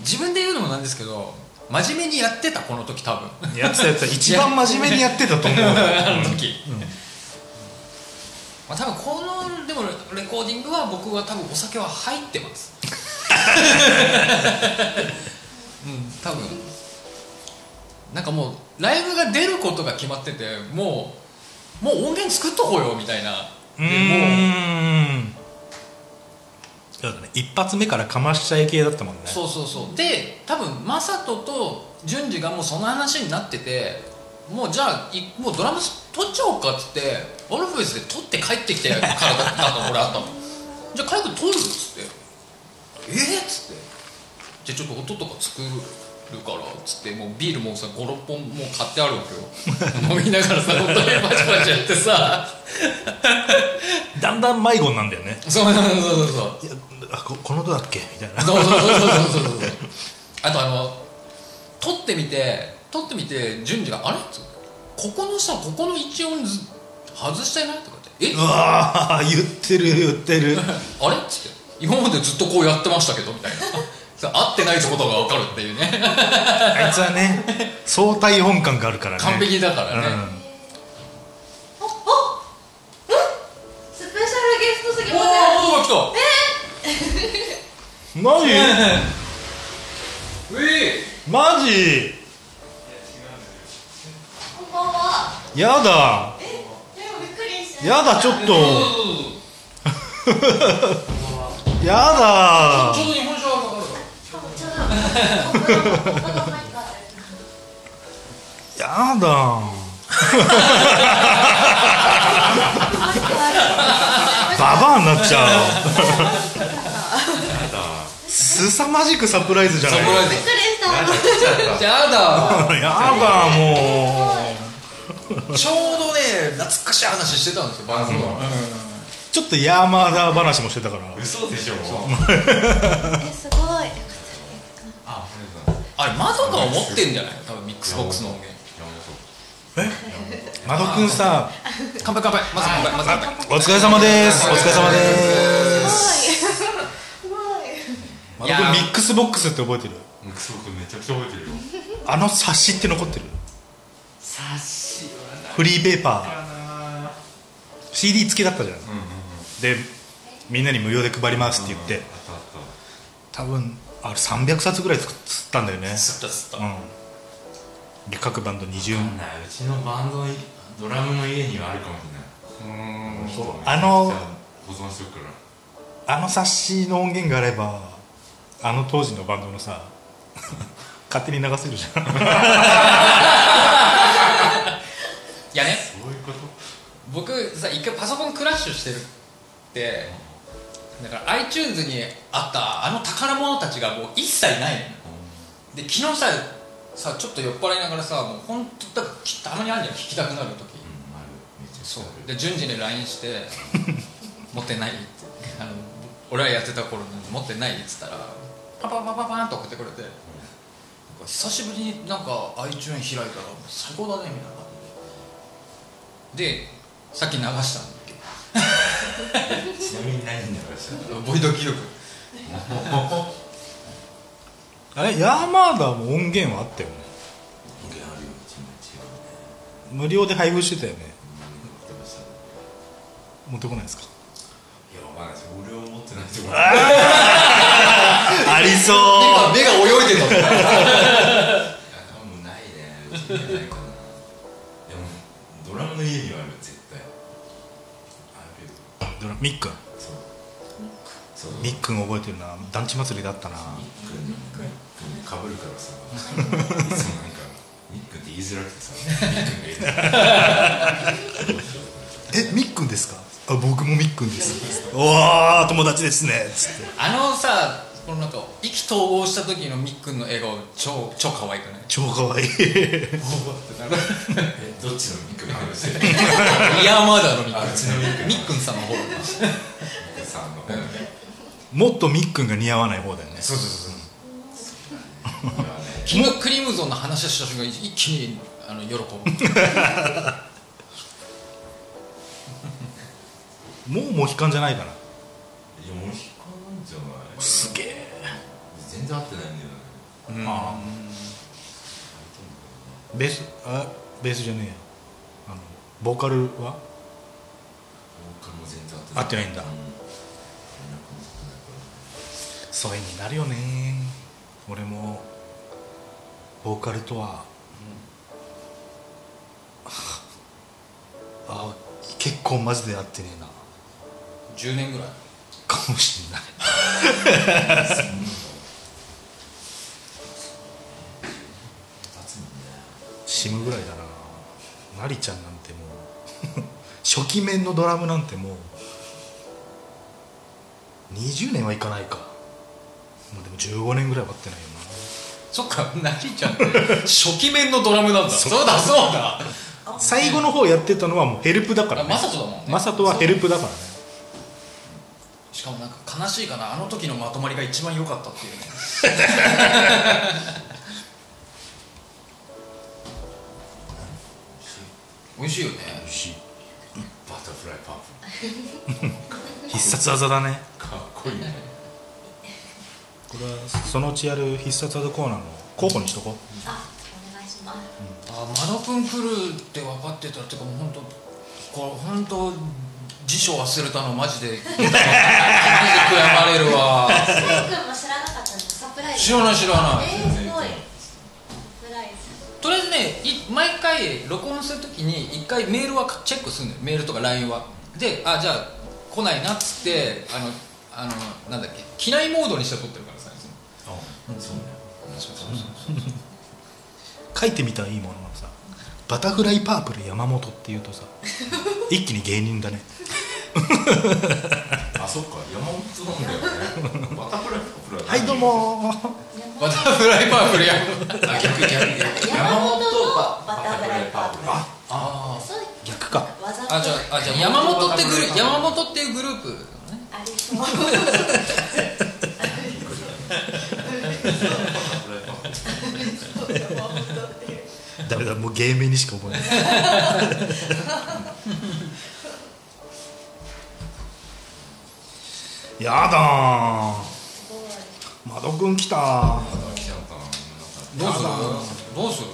[SPEAKER 2] 自分で言うのもなんですけど真面目にやってたこの時多分
[SPEAKER 1] やってたやつ一番真面目にやってたと (laughs) 思う
[SPEAKER 2] (laughs) あの時、まあ、多分このでもレコーディングは僕は多分お酒は入ってますうん多分なんかもうライブが出ることが決まっててもうもう音源作っとこうよみたいな
[SPEAKER 1] う
[SPEAKER 2] でもう
[SPEAKER 1] ーんそうだね一発目からかましちゃい系だったもんね
[SPEAKER 2] そうそうそうで多分マサトと淳二がもうその話になっててもうじゃあいもうドラムス撮っちゃおうかっつってオルフェスで撮って帰ってきてからだったの俺あったのじゃあカイ君撮るっつってえっ、っつってじゃあちょっと音とか作るからっつってもうビールもさ56本もう買ってあるわけよ飲みながらさ本当にバチバチやってさ
[SPEAKER 1] だんだん迷子になんだよね
[SPEAKER 2] そうそうそうそうそう
[SPEAKER 1] いやあここの音だっけみたいな
[SPEAKER 2] そうそうそうそうそうそうそうあとあの撮ってみて撮ってみて順次が「あれ?」っつってここのさここの一音ず外してない?」とかって「え
[SPEAKER 1] うわー言ってる言って (laughs) る
[SPEAKER 2] あれ?」っつって「今までずっとこうやってましたけど」みたいなさ合ってないってことが分かるっていうね
[SPEAKER 1] あいつはね相対音感があるからね
[SPEAKER 2] 完璧だからね、
[SPEAKER 4] スペシャルゲストすぎ
[SPEAKER 2] お
[SPEAKER 4] ません
[SPEAKER 2] ーおー来た
[SPEAKER 1] うん、マジ
[SPEAKER 2] うえ
[SPEAKER 1] マジ
[SPEAKER 4] こんばんは
[SPEAKER 1] やだ
[SPEAKER 4] でもびっくりして
[SPEAKER 1] やだちょっと
[SPEAKER 2] そうそうそうそう
[SPEAKER 1] やだ
[SPEAKER 2] ちょうど日本酒は分かるから
[SPEAKER 4] 多分ちょうど他の他のマイクあるマイ
[SPEAKER 1] やだ
[SPEAKER 4] クあ
[SPEAKER 1] バ
[SPEAKER 4] る
[SPEAKER 1] バアになっちゃう凄まじくサプライズじゃ
[SPEAKER 2] サ
[SPEAKER 1] ない
[SPEAKER 2] プラ
[SPEAKER 4] びっ
[SPEAKER 2] イ
[SPEAKER 4] くりした
[SPEAKER 2] ズやだ
[SPEAKER 1] やだも
[SPEAKER 2] ちょうどね懐かしい話してたんですよバンドが、
[SPEAKER 1] うちょっとヤーマーダー話もしてたから
[SPEAKER 7] 嘘でしょ
[SPEAKER 4] えすごいよかった
[SPEAKER 7] あ、ありがとうござ
[SPEAKER 2] あれ窓が
[SPEAKER 7] います
[SPEAKER 2] 持ってんじゃない多分ミックスボックスの音源
[SPEAKER 7] 山本
[SPEAKER 1] マドくんさ
[SPEAKER 2] 乾杯乾杯まず乾杯まず乾杯
[SPEAKER 1] お疲れ様ですお疲れ様です
[SPEAKER 4] すごい
[SPEAKER 1] マドくんミックスボックスって覚えてる
[SPEAKER 7] ミックスボックスめちゃくちゃ覚えてるよ
[SPEAKER 1] あの冊子って残ってる
[SPEAKER 7] 察しは
[SPEAKER 1] フリーペーパー
[SPEAKER 7] な
[SPEAKER 1] CD 付きだったじゃん
[SPEAKER 7] うんうんうん
[SPEAKER 1] でみんなに無料で配りますって言っ
[SPEAKER 7] あ
[SPEAKER 1] て
[SPEAKER 7] ったあった
[SPEAKER 1] 多分あれ300冊ぐらい作ったんだよね
[SPEAKER 2] 吸った吸った
[SPEAKER 1] うんで各バンド20
[SPEAKER 7] なんだようちのバンドのドラムの家にはあるかもしれない
[SPEAKER 2] に
[SPEAKER 1] そう
[SPEAKER 7] めちゃくちゃ
[SPEAKER 1] あの
[SPEAKER 7] 保存しとくから
[SPEAKER 1] あの冊子の音源があればあの当時のバンドのさ (laughs) 勝手に流せるじゃん
[SPEAKER 2] いやね
[SPEAKER 7] そういうこと
[SPEAKER 2] 僕さ一回パソコンクラッシュしてるってだから iTunes にあったあの宝物たちがもう一切ないので昨日ささちょっと酔っ払いながらさもう本当だからきたまにあるじゃん弾きたくなる時
[SPEAKER 7] うんあるめちゃくち
[SPEAKER 2] そ
[SPEAKER 7] ゃあ
[SPEAKER 2] う
[SPEAKER 7] る
[SPEAKER 2] で順次に LINE して (laughs) 「持ってない?」ってあの俺はやってた頃に「持ってない?」っつったらパパパパパーンと送ってくれてなんか久しぶりになんか iTune 開いたら最高だねみたいな感じででさっき流したんだけ
[SPEAKER 7] ちなみに何に流したの
[SPEAKER 2] どボイド記録
[SPEAKER 1] あれヤーマーダーも音源はあったよね
[SPEAKER 7] 俺あるよ一日違うね
[SPEAKER 1] 無料で配布してたよね
[SPEAKER 7] 言ってましたい
[SPEAKER 1] 持ってこないですか
[SPEAKER 7] やわかんないです俺を持ってないと思う
[SPEAKER 1] ありそう
[SPEAKER 2] 今目が泳いでた
[SPEAKER 7] いや多分ないねうちにはないかなでもドラムの家にはある絶対あるよ
[SPEAKER 1] ドラミックン
[SPEAKER 7] そうそう
[SPEAKER 1] ミックン覚えてるな団地祭りだったな
[SPEAKER 7] くんかぶるからさそうなんかミックって言いづらくてさミックが言え
[SPEAKER 3] えみっくんですかあ僕もみっくんです
[SPEAKER 1] おお友達ですねつって
[SPEAKER 2] あのさこのなんか意気投合した時のみっくんの笑顔超超可愛くない
[SPEAKER 1] 超可愛い
[SPEAKER 7] ないえどっちのミックの話してる
[SPEAKER 2] いやまだのみっくん
[SPEAKER 7] あうちのミック
[SPEAKER 2] みっくんさんの方が
[SPEAKER 7] さんの方ね
[SPEAKER 1] (laughs) もっとミックンが似合わない方だよね
[SPEAKER 2] そうそうそうキングクリムゾンの話をした瞬間一気にあの喜ぶ
[SPEAKER 1] もうモヒカンじゃないかない
[SPEAKER 7] やモヒカンじゃない
[SPEAKER 1] すげえ
[SPEAKER 7] 全然合ってないんだよね
[SPEAKER 1] ベースあベースじゃねえやあのボーカルは
[SPEAKER 7] ボーカルも全然
[SPEAKER 1] 合
[SPEAKER 7] 合
[SPEAKER 1] っ
[SPEAKER 7] って
[SPEAKER 1] な
[SPEAKER 7] てない
[SPEAKER 1] いんだ
[SPEAKER 7] うん
[SPEAKER 1] 疎遠になるよね俺もボーカルとは、はああ結構マジで合ってねえな
[SPEAKER 2] 10年ぐらい
[SPEAKER 1] かもしんない
[SPEAKER 7] 二つもね
[SPEAKER 1] 死むぐらいだななりちゃんなんてもう (laughs) 初期面のドラムなんてもう20年はいかないかもうでも15年ぐらいは合ってないよ
[SPEAKER 2] そっかなりちゃんって初期面のドラムなんだそうだそうだ
[SPEAKER 1] な最後の方やってたのはもうヘルプだからね
[SPEAKER 2] マサトだもんね
[SPEAKER 1] マサトはヘルプだからね
[SPEAKER 2] しかもなんか悲しいかなあの時のまとまりが一番良かったっていうね (laughs) 美味しいよね美味しい
[SPEAKER 7] バタフライパンプ
[SPEAKER 1] 必殺技だね
[SPEAKER 7] かっこいいね
[SPEAKER 1] これはそのうちやる必殺技コーナーの候補にしとこう
[SPEAKER 8] あ、お願いします。
[SPEAKER 2] あマドくん来るって分かってたっていうかもう本当これ本当辞書忘れたのマジ (laughs) でマジで悔やまれるわ
[SPEAKER 8] サイくんも知らなかったんです。サプライズ。
[SPEAKER 2] 知らない知らない
[SPEAKER 8] えー、すごい。サプライズ。
[SPEAKER 2] とりあえずねい毎回録音するときに一回メールはチェックするのよメールとか LINE はであじゃあ来ないなっつってあのあのなんだっけ機内モードにして撮ってるからさいつも
[SPEAKER 7] あそうね
[SPEAKER 2] そうそうそう
[SPEAKER 1] 書いてみたらいいものがさ「バタフライパープル山本」っていうと
[SPEAKER 2] (laughs)
[SPEAKER 1] さ一気に芸人だね
[SPEAKER 7] あそっか山本なんだよねバタフライパンプ
[SPEAKER 1] はいどうもー
[SPEAKER 2] バタフライパープルや
[SPEAKER 7] あ逆逆逆
[SPEAKER 8] 山本のバタフライパープル。
[SPEAKER 7] あ
[SPEAKER 2] あー
[SPEAKER 8] そう
[SPEAKER 1] 逆か。
[SPEAKER 8] 技っぽい
[SPEAKER 2] あじゃああじゃあ山本ってグループ山本っていうグループのね
[SPEAKER 8] ありそう。バ
[SPEAKER 7] バタフライパンプ
[SPEAKER 1] ダメだもう芸名にしか覚えない (laughs) やだー窓くん来たー
[SPEAKER 7] あ来ちゃったな
[SPEAKER 2] どうするどうする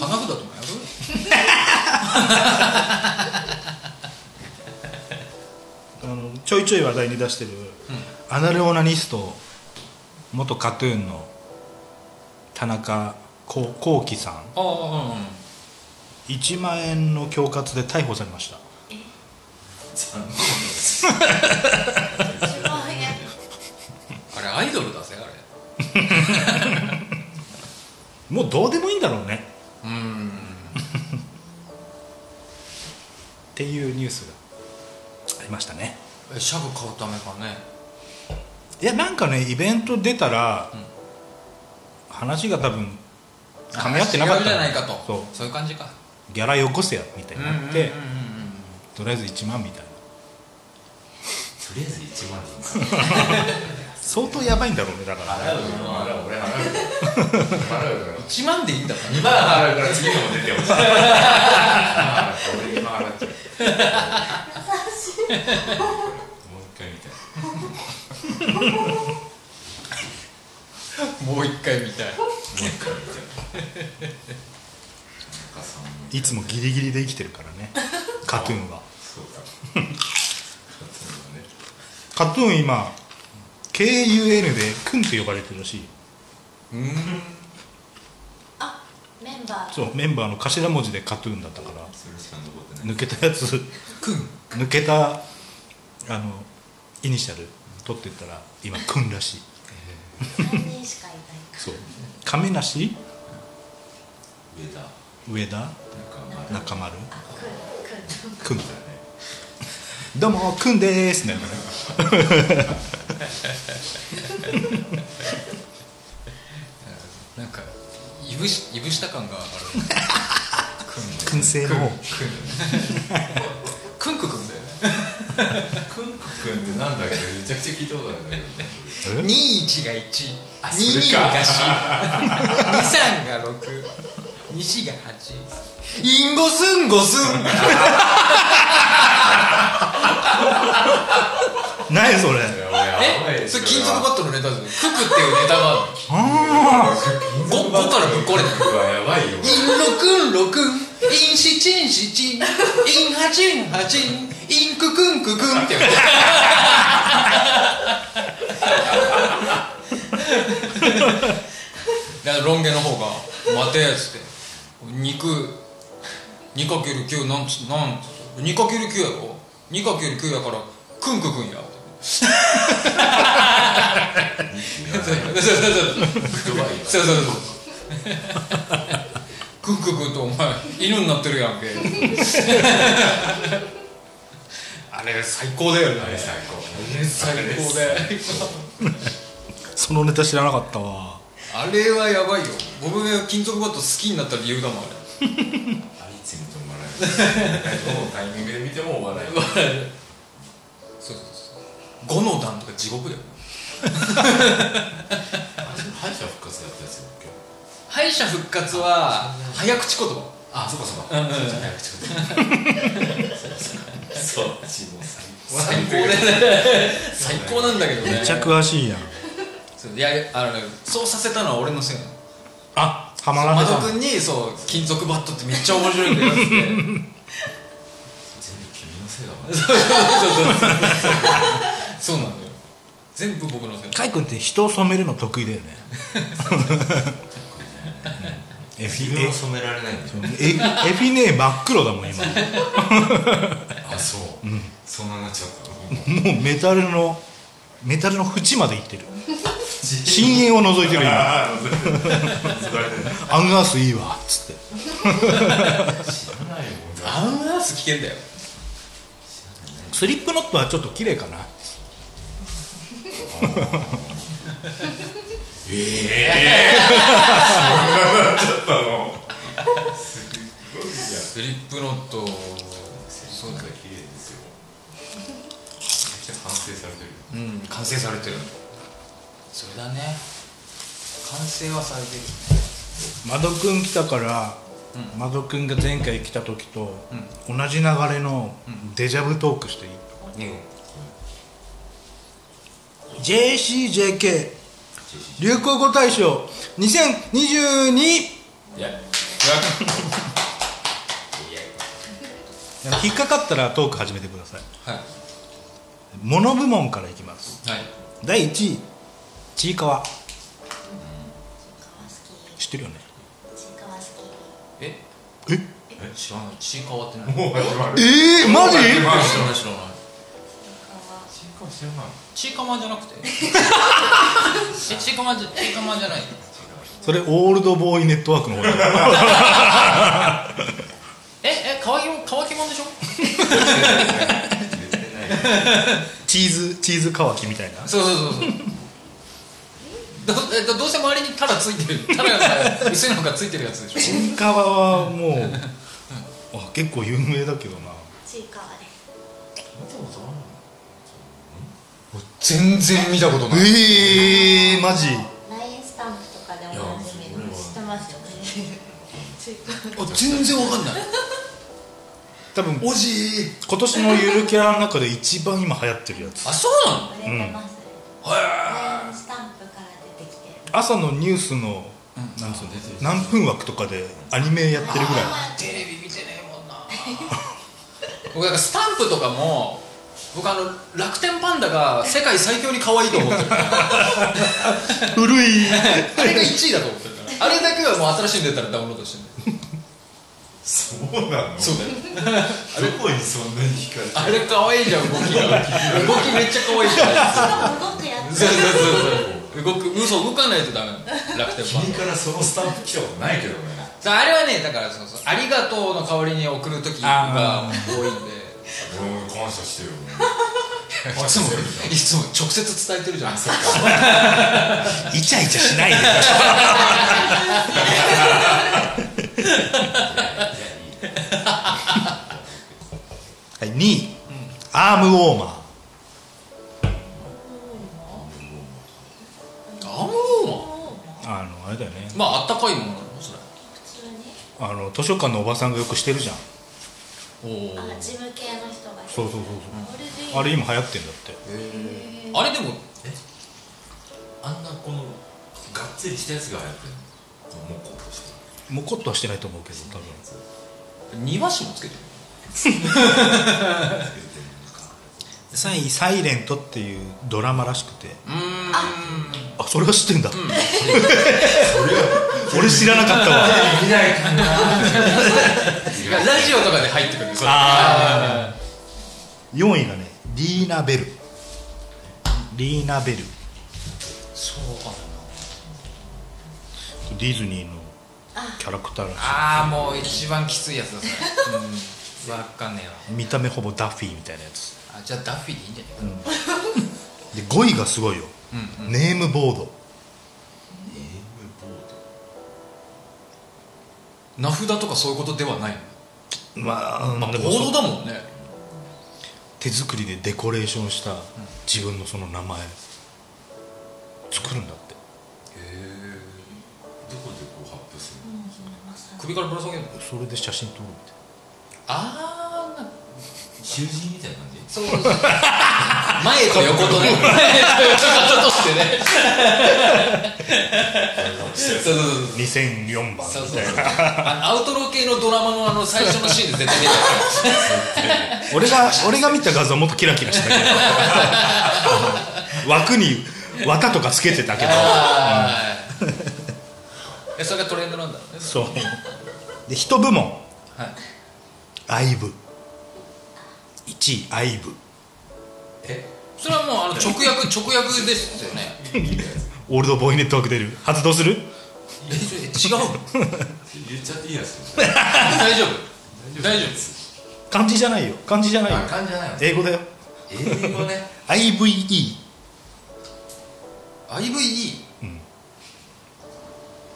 [SPEAKER 2] 花札とかやる
[SPEAKER 1] あのちょいちょい話題に出してる、アナルオナニスト元カトゥーンの田中こうこうきさん
[SPEAKER 2] ああうんうん
[SPEAKER 1] 1万円の恐喝で逮捕されました
[SPEAKER 7] 残念
[SPEAKER 8] 10万円
[SPEAKER 2] あれアイドルだぜあれ
[SPEAKER 1] もうどうでもいいんだろうね
[SPEAKER 2] うん
[SPEAKER 1] っていうニュースがありましたね
[SPEAKER 2] えシャブ買うためかね
[SPEAKER 1] いやなんかねイベント出たら、話が多分噛み合ってなかった
[SPEAKER 2] 話違うじゃないかと
[SPEAKER 1] そう
[SPEAKER 2] そういう感じか
[SPEAKER 1] ギャラよこせやみたいになって、
[SPEAKER 2] うんうんうんうん
[SPEAKER 1] とりあえず1万みたいな
[SPEAKER 7] とりあえず1万人
[SPEAKER 1] 相当やばいんだろうねだから
[SPEAKER 7] 払うよ払う俺払うよ払うから
[SPEAKER 2] 1万でいいんだから
[SPEAKER 7] 今払うから次のも出てほしい俺今払っちゃうもう一回見たい
[SPEAKER 2] もう一回見たい
[SPEAKER 7] もう一回見たいなんかそんない
[SPEAKER 1] つもギリギリで生きてるからね (laughs) カトゥーンは
[SPEAKER 7] そうだそうだね
[SPEAKER 1] カトゥーン今 KUN でくんって呼ばれてるらしい
[SPEAKER 8] あメンバー
[SPEAKER 1] そうメンバーの頭文字でカトゥーンだったから
[SPEAKER 7] それしか残ってない
[SPEAKER 1] 抜けたやつ (laughs)
[SPEAKER 2] くん
[SPEAKER 1] 抜けたあのイニシャル取ってったら今くんらしい
[SPEAKER 8] 3人しかいないか
[SPEAKER 1] そう亀梨
[SPEAKER 7] 上田
[SPEAKER 1] 上田
[SPEAKER 7] なんか
[SPEAKER 1] 中丸
[SPEAKER 8] らくんくん
[SPEAKER 1] くん (laughs) どうもくんでーすだよね
[SPEAKER 2] なんかいぶしいぶした感があるく
[SPEAKER 1] 燻製の
[SPEAKER 2] くんくくんだよね
[SPEAKER 7] くんくくんってなんだっけめちゃくちゃ聞いたことあるんだけど
[SPEAKER 1] え
[SPEAKER 2] 21が1
[SPEAKER 7] あそれ
[SPEAKER 2] 22
[SPEAKER 7] か
[SPEAKER 2] が43が624が8インゴスンゴスン
[SPEAKER 1] 何やそれ
[SPEAKER 2] えそれ金属バットのネタじゃんククっていうネタがある
[SPEAKER 7] 金
[SPEAKER 2] 5からぶっ壊れた
[SPEAKER 7] うわやばいよ
[SPEAKER 2] インロクンロクンインシチンシチンインハチンハチンインククンククンって言うだからロン毛の方が「待て」っつって「肉 2×9 なんつなんつ 2×9 やろ 2×9 やからクンククンや」そうそうそうそうそうそうそうクンクンクンとお前犬になってるやんけあれ最高だよねあれ最高最高だよ
[SPEAKER 1] そのネタ知らなかったわ
[SPEAKER 2] あれはやばいよ僕が金属バット好きになった理由だもんあれ
[SPEAKER 7] あいつ見ても笑えないどのタイミングで見ても (laughs) 笑えない
[SPEAKER 2] そうそうそう五の段とか地獄だよ
[SPEAKER 7] 敗者復活だったやつよ今日
[SPEAKER 2] 敗者復活は早口言葉
[SPEAKER 7] あそうかそうかそうかそうかそうちも最高
[SPEAKER 2] 最高だよね最高なんだけどね
[SPEAKER 1] めっちゃ詳しいやん
[SPEAKER 2] そういやあのねそうさせたのは俺のせいなの
[SPEAKER 1] あ浜
[SPEAKER 2] マ
[SPEAKER 1] 中さ
[SPEAKER 2] ド
[SPEAKER 1] ん
[SPEAKER 2] 君にそう金属バットってめっちゃ面白いんだよっつって
[SPEAKER 7] 全部君のせいだわ
[SPEAKER 2] そうそうそうそうそうなんだよ全部僕のせい
[SPEAKER 1] カイ君って人を染めるの得意だよねエフィ
[SPEAKER 7] 自
[SPEAKER 1] ネ
[SPEAKER 7] 分を染められないんでしょ
[SPEAKER 1] エエフィネ真っ黒だもん今
[SPEAKER 7] (laughs) (laughs) あそうそんなになっちゃった
[SPEAKER 1] もうメタルのメタルの縁までいってる深淵を覗いてる今
[SPEAKER 7] ああ知
[SPEAKER 1] アンガースいいわっつって
[SPEAKER 7] らないよ俺
[SPEAKER 2] アンアース危険だよ
[SPEAKER 1] スリップノットはちょっと綺麗かな
[SPEAKER 2] スリップノット
[SPEAKER 7] そうだ綺麗ですよめっちゃ反省されてる
[SPEAKER 2] うん完成されてるそれだね完成はされてる
[SPEAKER 1] マドくん来たから、マドくんが前回来た時と同じ流れのデジャブトークしていい、JCJK 流行語大賞2022
[SPEAKER 7] いや
[SPEAKER 1] (laughs) 引っかかったらトーク始めてください
[SPEAKER 2] はい
[SPEAKER 1] モノ部門からいきます
[SPEAKER 2] はい
[SPEAKER 1] 第1位ちいかわ知ってるよね
[SPEAKER 8] ちいかわ好き
[SPEAKER 2] え
[SPEAKER 1] え
[SPEAKER 2] 知らないちいかわってない
[SPEAKER 7] (laughs) もう始まる
[SPEAKER 1] えー、マジ
[SPEAKER 2] 知らない知らない
[SPEAKER 8] ちいかわ
[SPEAKER 7] シューマン
[SPEAKER 2] チーカマじゃなくてえチーカマじゃチーカマじゃない
[SPEAKER 1] それオールドボーイネットワークの方だよ
[SPEAKER 2] ええ乾きも乾きもんでしょ
[SPEAKER 7] (laughs) 言って (laughs) ない
[SPEAKER 1] チーズチーズ乾きみたいな
[SPEAKER 2] そうそうそうそうどえどどうせ周りにタラついてるタラが薄いのがついてるやつでしょ
[SPEAKER 1] ちいかわはもう (laughs) あ結構有名だけどな
[SPEAKER 8] ちいかわです
[SPEAKER 9] 全然見たことない
[SPEAKER 1] ええー、マジ
[SPEAKER 8] ラインスタンプとかでもおなじみの
[SPEAKER 7] いや
[SPEAKER 8] 知ってますよねちいかわ
[SPEAKER 9] あ全然わかんない
[SPEAKER 1] 多分
[SPEAKER 9] おじー
[SPEAKER 1] 今年のゆるキャラの中で一番今流行ってるやつ
[SPEAKER 2] あそうなの
[SPEAKER 8] 売れてます、ラインスタンプから出てきてる
[SPEAKER 1] 朝のニュースのなんつうの何分枠とかでアニメやってるぐらい
[SPEAKER 2] テレビ見てねえもんな僕なんかスタンプとかも僕あの楽天パンダが世界最強に可愛いと思ってる
[SPEAKER 1] (laughs) 古い
[SPEAKER 2] (laughs) あれが1位だと思ってるからあれだけはもう新しいの出たらダウンロードしてね
[SPEAKER 7] そうなの
[SPEAKER 2] (laughs) そうだよ
[SPEAKER 7] どこにそんなに惹かれ
[SPEAKER 2] あ
[SPEAKER 7] てる
[SPEAKER 2] れ可愛いじゃん動 (laughs) きが動きめっちゃ可愛いじゃん
[SPEAKER 8] しかも動くやつ
[SPEAKER 2] そうそうそうそう動く嘘動かないとダメなの楽天 (laughs) パン
[SPEAKER 7] 君からそのスタンプ来たことないけどね
[SPEAKER 2] ダさああれはねだからそうそうありがとうの代わりに送る時が多いんで
[SPEAKER 7] 俺も感謝してるよ
[SPEAKER 2] いつもいつも直接伝えてるじゃんそう
[SPEAKER 1] イチャイチャしないではい、2位、アームウォーマー
[SPEAKER 2] アームウォーマ
[SPEAKER 1] あのあれだよね
[SPEAKER 2] ーまああったかいものなのそれ
[SPEAKER 8] 普通に
[SPEAKER 1] あの図書館のおばさんがよくしてるじゃん
[SPEAKER 2] お
[SPEAKER 8] あ
[SPEAKER 2] ー
[SPEAKER 8] 事務系の人が
[SPEAKER 1] そうそうそう
[SPEAKER 8] これでいい
[SPEAKER 1] そうあれ今流行ってんだって
[SPEAKER 2] あれでも
[SPEAKER 7] あんなこのがっつりしたやつが流行ってるのもうこうして
[SPEAKER 1] もこっとはしてないと思うけど多分
[SPEAKER 2] 庭師もつけてる
[SPEAKER 1] 3位「サイレントっていうドラマらしくて
[SPEAKER 2] うーん
[SPEAKER 1] あそれは知ってんだ、俺知らなかったわ
[SPEAKER 7] 見ないかな
[SPEAKER 2] ラジオとかで入ってくるんですよ
[SPEAKER 1] あ4位がねリーナ・ベルリーナ・ベル
[SPEAKER 2] そうかな
[SPEAKER 1] ディズニーのキャラクターらし
[SPEAKER 2] ああもう一番きついやつだそれうんわかんねえわ
[SPEAKER 1] い見た目ほぼダッフィーみたいなやつ
[SPEAKER 2] あじゃあダッフィーでいいんじゃないかな
[SPEAKER 1] で5位がすごいよ、ネームボード
[SPEAKER 2] 名札とかそういうことではない
[SPEAKER 1] まあ、
[SPEAKER 2] まあ
[SPEAKER 1] で
[SPEAKER 2] ボ
[SPEAKER 1] もそう
[SPEAKER 2] ードだもんね
[SPEAKER 1] 手作りでデコレーションした自分のその名前作るんだって
[SPEAKER 7] どこでこう発表するの
[SPEAKER 2] 首からぶら下げるの
[SPEAKER 1] それで写真撮るみたい
[SPEAKER 2] ああ
[SPEAKER 7] 囚人みたいな感じ
[SPEAKER 2] そうそうそう前と横とね形としてねそうそうそうそう
[SPEAKER 1] 2004番
[SPEAKER 2] そう
[SPEAKER 1] み
[SPEAKER 2] そう
[SPEAKER 1] たいな
[SPEAKER 2] あアウトロー系のドラマのあの最初のシーンで絶対出てる
[SPEAKER 1] 俺が俺が見た画像はもっとキラキラしてたけど枠に綿とかつけてたけど
[SPEAKER 2] えそれがトレンドなんだろうね
[SPEAKER 1] そうで一部門
[SPEAKER 2] はい
[SPEAKER 1] アイブ1位アイブ
[SPEAKER 2] それはもうあの直訳直訳ですよね
[SPEAKER 1] オールドボーイネットワーク出る発動する
[SPEAKER 2] えそれ違うの
[SPEAKER 7] 言っちゃっていいや
[SPEAKER 2] (laughs)
[SPEAKER 7] つ
[SPEAKER 2] 大丈夫大丈夫
[SPEAKER 1] 漢字じゃないよ漢字じゃないよ
[SPEAKER 7] あかんじゃないの
[SPEAKER 1] 英語だよ
[SPEAKER 7] 英語ね
[SPEAKER 1] IVE、
[SPEAKER 2] IVE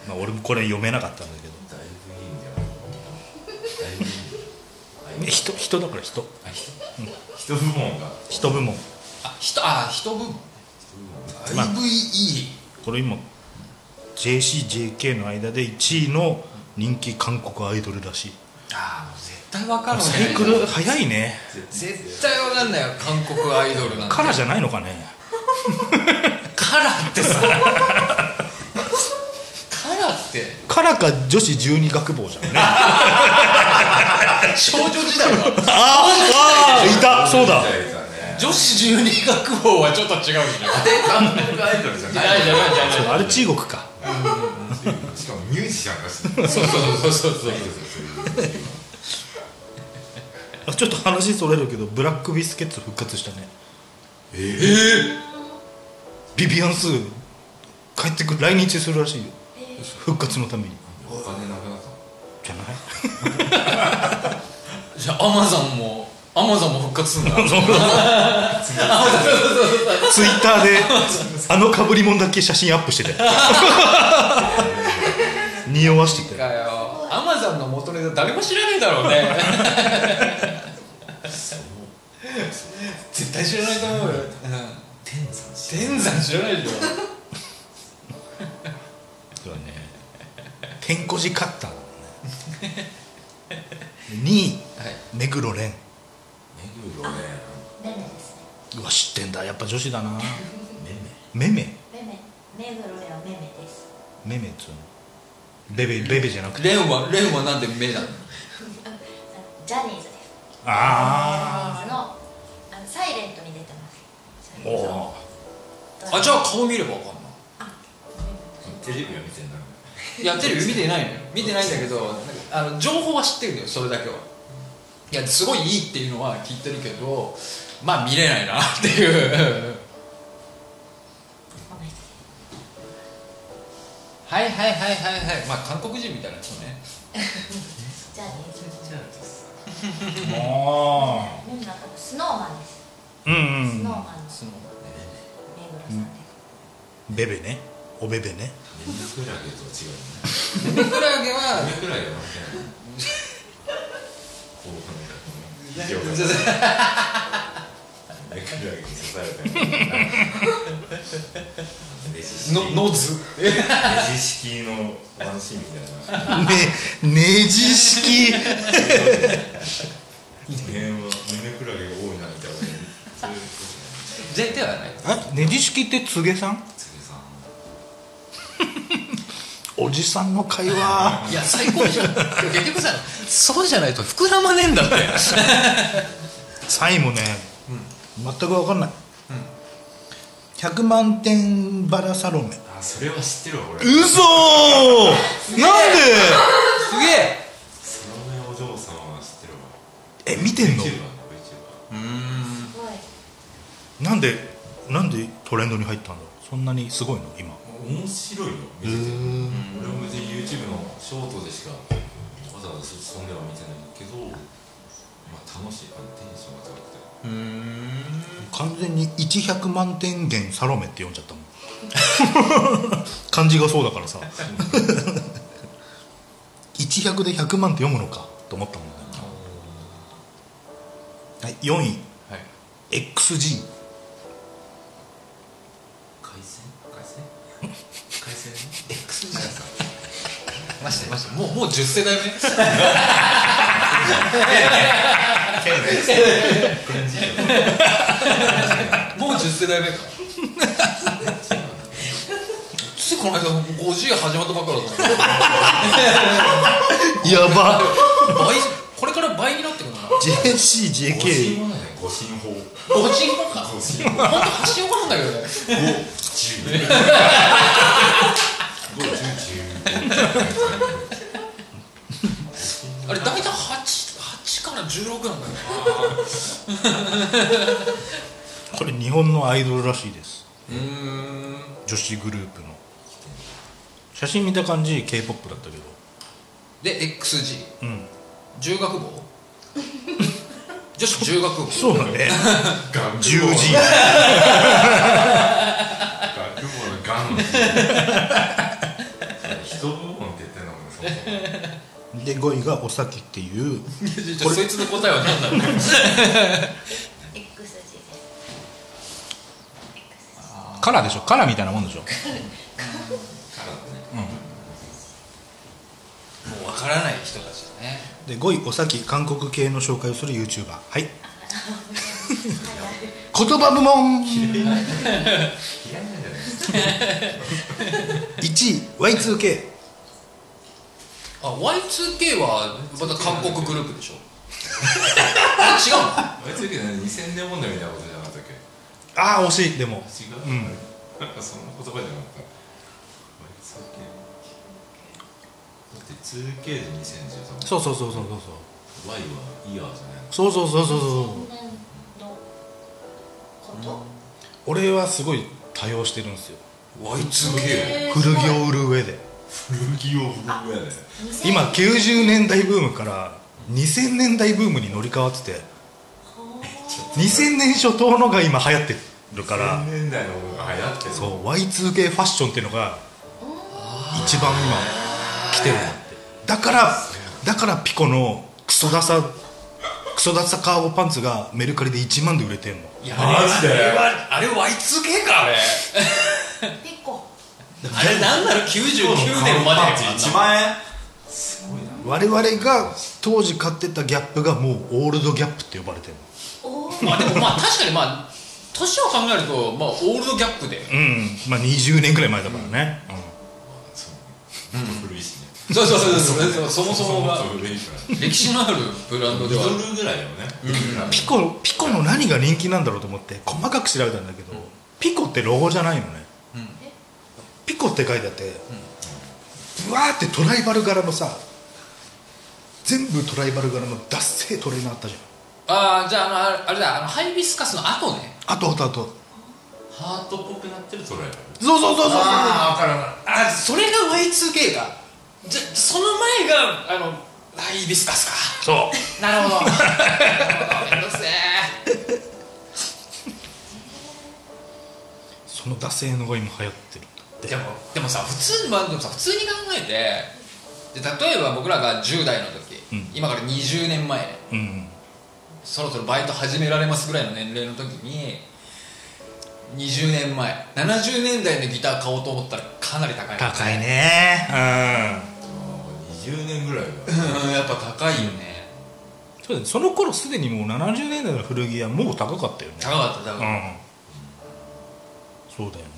[SPEAKER 1] まあ、俺もこれ読めなかったんだけど
[SPEAKER 7] だいぶいいんだよだいぶい
[SPEAKER 1] え
[SPEAKER 7] い
[SPEAKER 1] 人人だから人
[SPEAKER 7] あ人人部門が
[SPEAKER 1] 人部門
[SPEAKER 2] あ人あ人分
[SPEAKER 1] まあ
[SPEAKER 2] IVE
[SPEAKER 1] これ今 JCJK の間で1位の人気韓国アイドルらしい
[SPEAKER 2] ああもう絶対分かるわ
[SPEAKER 1] サイクル早いね
[SPEAKER 2] 絶対分かんないよ韓国アイドルなんて
[SPEAKER 1] カラーじゃないのかね
[SPEAKER 2] カラーってさカラーって
[SPEAKER 1] カラーか女子十二学坊じゃ (laughs) んねあ
[SPEAKER 2] 少女時代は
[SPEAKER 1] あいたそうだ
[SPEAKER 7] いたね
[SPEAKER 2] 女子十二学坊はちょっと違うじゃん
[SPEAKER 7] 韓国アイドルじゃない
[SPEAKER 2] ないじゃないじゃない
[SPEAKER 1] あれ中国か
[SPEAKER 7] しかもミュージシャンがする
[SPEAKER 2] そうそうそうそうそう
[SPEAKER 1] あちょっと話それるけどブラックビスケッツ復活したねビビアンスー帰ってくる来日するらしいよ復活のために
[SPEAKER 7] お金なくなったの
[SPEAKER 1] じゃない
[SPEAKER 2] じゃあアマゾンもアマゾンも復活するん
[SPEAKER 1] (laughs)
[SPEAKER 2] だ
[SPEAKER 1] そうそうツイッターであのかぶりもんだけ写真アップしてて (laughs) 匂わしてて
[SPEAKER 2] かよアマゾンの元ネタ誰も知らねえだろうね絶対知らないと思うよ、うん、
[SPEAKER 7] 天山知
[SPEAKER 2] 天山知らないでしょ
[SPEAKER 1] そうねてんこじ勝ったんだもんね2位
[SPEAKER 2] はい
[SPEAKER 1] 目黒蓮
[SPEAKER 7] 目黒ね
[SPEAKER 8] メメですね
[SPEAKER 1] うわ知ってんだやっぱ女子だな
[SPEAKER 7] めめ
[SPEAKER 1] めめ
[SPEAKER 8] メメ目黒やメメです
[SPEAKER 1] めめっつうのベベベベじゃなくて
[SPEAKER 2] レンはレンはなんで目なの
[SPEAKER 8] あジャニーズです
[SPEAKER 1] あ
[SPEAKER 8] ジャニーズのあのサイレントに出てます
[SPEAKER 1] あお
[SPEAKER 2] あじゃあ顔見ればわかんな
[SPEAKER 7] テレビは見てんだろ
[SPEAKER 2] いやテレビ見てないのよ見てないんだけどなんかあの情報は知ってるのよそれだけはいやすごいいいっていうのは聞いてるけどまあ見れないなっていう
[SPEAKER 8] この人
[SPEAKER 2] はいはいはいはいはいまあ韓国人みたいな人ね
[SPEAKER 8] ジャニーズ
[SPEAKER 1] も
[SPEAKER 8] みんなとスノーマンです
[SPEAKER 1] ううん
[SPEAKER 8] ス
[SPEAKER 1] うん
[SPEAKER 8] ノーマンの
[SPEAKER 2] その
[SPEAKER 8] 目黒さんです
[SPEAKER 1] ベベねおベベね
[SPEAKER 7] メミクラゲとは違うよね
[SPEAKER 2] ネクラゲ (laughs) は
[SPEAKER 7] メミクラゲは負けないこう考えたらこの
[SPEAKER 2] 全然
[SPEAKER 7] メミクラゲに刺されたよレジ式
[SPEAKER 2] のノズ
[SPEAKER 7] レジ式のワンシーンみたいな
[SPEAKER 1] ねねじ式
[SPEAKER 7] 電話メメクラゲが多いなみたいなそういうこと
[SPEAKER 2] でではない
[SPEAKER 1] えねじ式ってつげさん
[SPEAKER 7] ね次さん
[SPEAKER 1] おじさんの会 (laughs) 話
[SPEAKER 2] いや最高じゃん結局さそうじゃないと膨らまねえんだって
[SPEAKER 1] 3位もね、全く分かんない、100万点バラサロメ
[SPEAKER 7] あそれは知ってるわ俺
[SPEAKER 1] 嘘ーなん
[SPEAKER 2] すげえ
[SPEAKER 7] サロメお嬢さんは知ってるわ
[SPEAKER 1] でえ見てんの
[SPEAKER 7] VTuber の
[SPEAKER 8] す
[SPEAKER 7] VTuber
[SPEAKER 8] ごい
[SPEAKER 1] なんでなんでトレンドに入ったんだろうそんなにすごいの今
[SPEAKER 7] 面白いよ見てて俺も別に YouTube のショートでしかわざわざそんでは見てないけどまあ楽しいあのテンションが高くて
[SPEAKER 1] 完全に100万点元サロメって呼んじゃったもん (laughs) 漢字がそうだからさ100で100万って読むのかと思ったもんねはい4位
[SPEAKER 2] はい
[SPEAKER 1] XG
[SPEAKER 7] 回線
[SPEAKER 1] (laughs)
[SPEAKER 7] 回線回線
[SPEAKER 2] X じゃないですかましてましてもうもう10世代目もう10世代目かついこの間50始まったばっかだと思った
[SPEAKER 1] やば
[SPEAKER 2] 倍これから倍になってくるな
[SPEAKER 7] 誤信
[SPEAKER 1] JCJK
[SPEAKER 7] はない誤信法
[SPEAKER 2] 50個か
[SPEAKER 7] 誤
[SPEAKER 2] 本
[SPEAKER 7] 信法
[SPEAKER 2] 当端横なんだけどね
[SPEAKER 7] 5 10 5 10 15
[SPEAKER 2] あれ大体8 8から16なんだよ
[SPEAKER 1] これ日本のアイドルらしいです
[SPEAKER 2] うーん
[SPEAKER 1] 女子グループの写真見た感じ k p o p だったけど
[SPEAKER 2] で XG
[SPEAKER 1] うん
[SPEAKER 2] 中学 (laughs) 部女子中 (laughs) 学部
[SPEAKER 1] そうだね
[SPEAKER 7] 学部
[SPEAKER 1] 10G
[SPEAKER 7] 学部のガンの人部門って言ってんのもそもそも
[SPEAKER 1] で5位がおさきっていう
[SPEAKER 2] じゃあそいつの答えは (laughs) 何なんだろう
[SPEAKER 8] X 字です
[SPEAKER 1] カラーでしょカラーみたいなもんでしょ
[SPEAKER 2] もう分からない人たちだね
[SPEAKER 1] で5位おさき韓国系の紹介をする YouTuber はい (laughs) 言葉部門
[SPEAKER 7] 嫌いなんじゃない
[SPEAKER 1] 1位 Y2K
[SPEAKER 2] あ Y2K はまた韓国グループでし (laughs) ょあ違うの
[SPEAKER 7] あいつだけどね2000年問題みたいなことじゃなかったっけ
[SPEAKER 1] ああ惜しいでも
[SPEAKER 7] 違
[SPEAKER 1] う
[SPEAKER 7] う、
[SPEAKER 1] ん
[SPEAKER 7] なんかそんな言葉じゃなかった割と 2K だって 2K で2013
[SPEAKER 1] そうそうそうそう
[SPEAKER 7] Y はイヤーじゃない
[SPEAKER 1] そうそうそうそうそうそうそう
[SPEAKER 8] 年のこと
[SPEAKER 1] 俺はすごい多用してるんですよ
[SPEAKER 7] Y2K
[SPEAKER 1] 古着を売る上で
[SPEAKER 7] 古着を服やで
[SPEAKER 1] 今90年代ブームから2000年代ブームに乗り換わってて2000年初頭のが今流行ってるから
[SPEAKER 7] 1000年代の方が流行ってる
[SPEAKER 1] そう Y2K ファッションっていうのが一番今来てるんだってだからだからピコのクソダサクソダサカーゴパンツがメルカリで1万で売れてんの
[SPEAKER 2] いや
[SPEAKER 7] マジで
[SPEAKER 2] あれはあれ Y2K かあれ
[SPEAKER 8] ピコ
[SPEAKER 2] あれなんなら99年までやからな
[SPEAKER 7] 1万円
[SPEAKER 1] 我々が当時買ってたギャップがもうオールドギャップって呼ばれてる
[SPEAKER 8] おー
[SPEAKER 2] まあでもまあ確かにまあ年を考えるとまあオールドギャップで
[SPEAKER 1] のうんまあ20年ぐらい前だからね、うん
[SPEAKER 7] 古いしね
[SPEAKER 2] そうそうそうそう (laughs) そもそもが
[SPEAKER 7] っと古いからリ
[SPEAKER 2] 歴史のあるブランドでは
[SPEAKER 7] トルぐらいよね
[SPEAKER 1] ピコピコの何が人気なんだろうと思って細かく調べたんだけど、ピコってロゴじゃないのね、ピコって書いてあって、ブワーってトライバル柄のさ全部トライバル柄のダッセートレーナーあったじ
[SPEAKER 2] ああじゃああのあれあれだあのハイビスカスの後ね
[SPEAKER 1] ゃんあとあとあと
[SPEAKER 7] ハートっぽくなってるトライアル
[SPEAKER 1] そうそうそうそう
[SPEAKER 2] あ分かる分かるあそれが Y2K かじゃその前があのハイビスカスか
[SPEAKER 1] そう
[SPEAKER 2] なるほどなるほどね
[SPEAKER 1] そのダセーのが今流行ってるんだって
[SPEAKER 2] でもでもさ普通に、まあ、でもさ普通に考えてで例えば僕らが10代の時、
[SPEAKER 1] うん
[SPEAKER 2] 今から20年前
[SPEAKER 1] うん
[SPEAKER 2] そろそろバイト始められますぐらいの年齢の時に20年前70年代のギター買おうと思ったらかなり高い
[SPEAKER 1] 高いねうん
[SPEAKER 7] 20年ぐらいは
[SPEAKER 2] うんやっぱ高いよね
[SPEAKER 1] そうだねその頃すでにもう70年代の古着はもう高かったよね
[SPEAKER 2] 高かった高かった、
[SPEAKER 1] そうだよね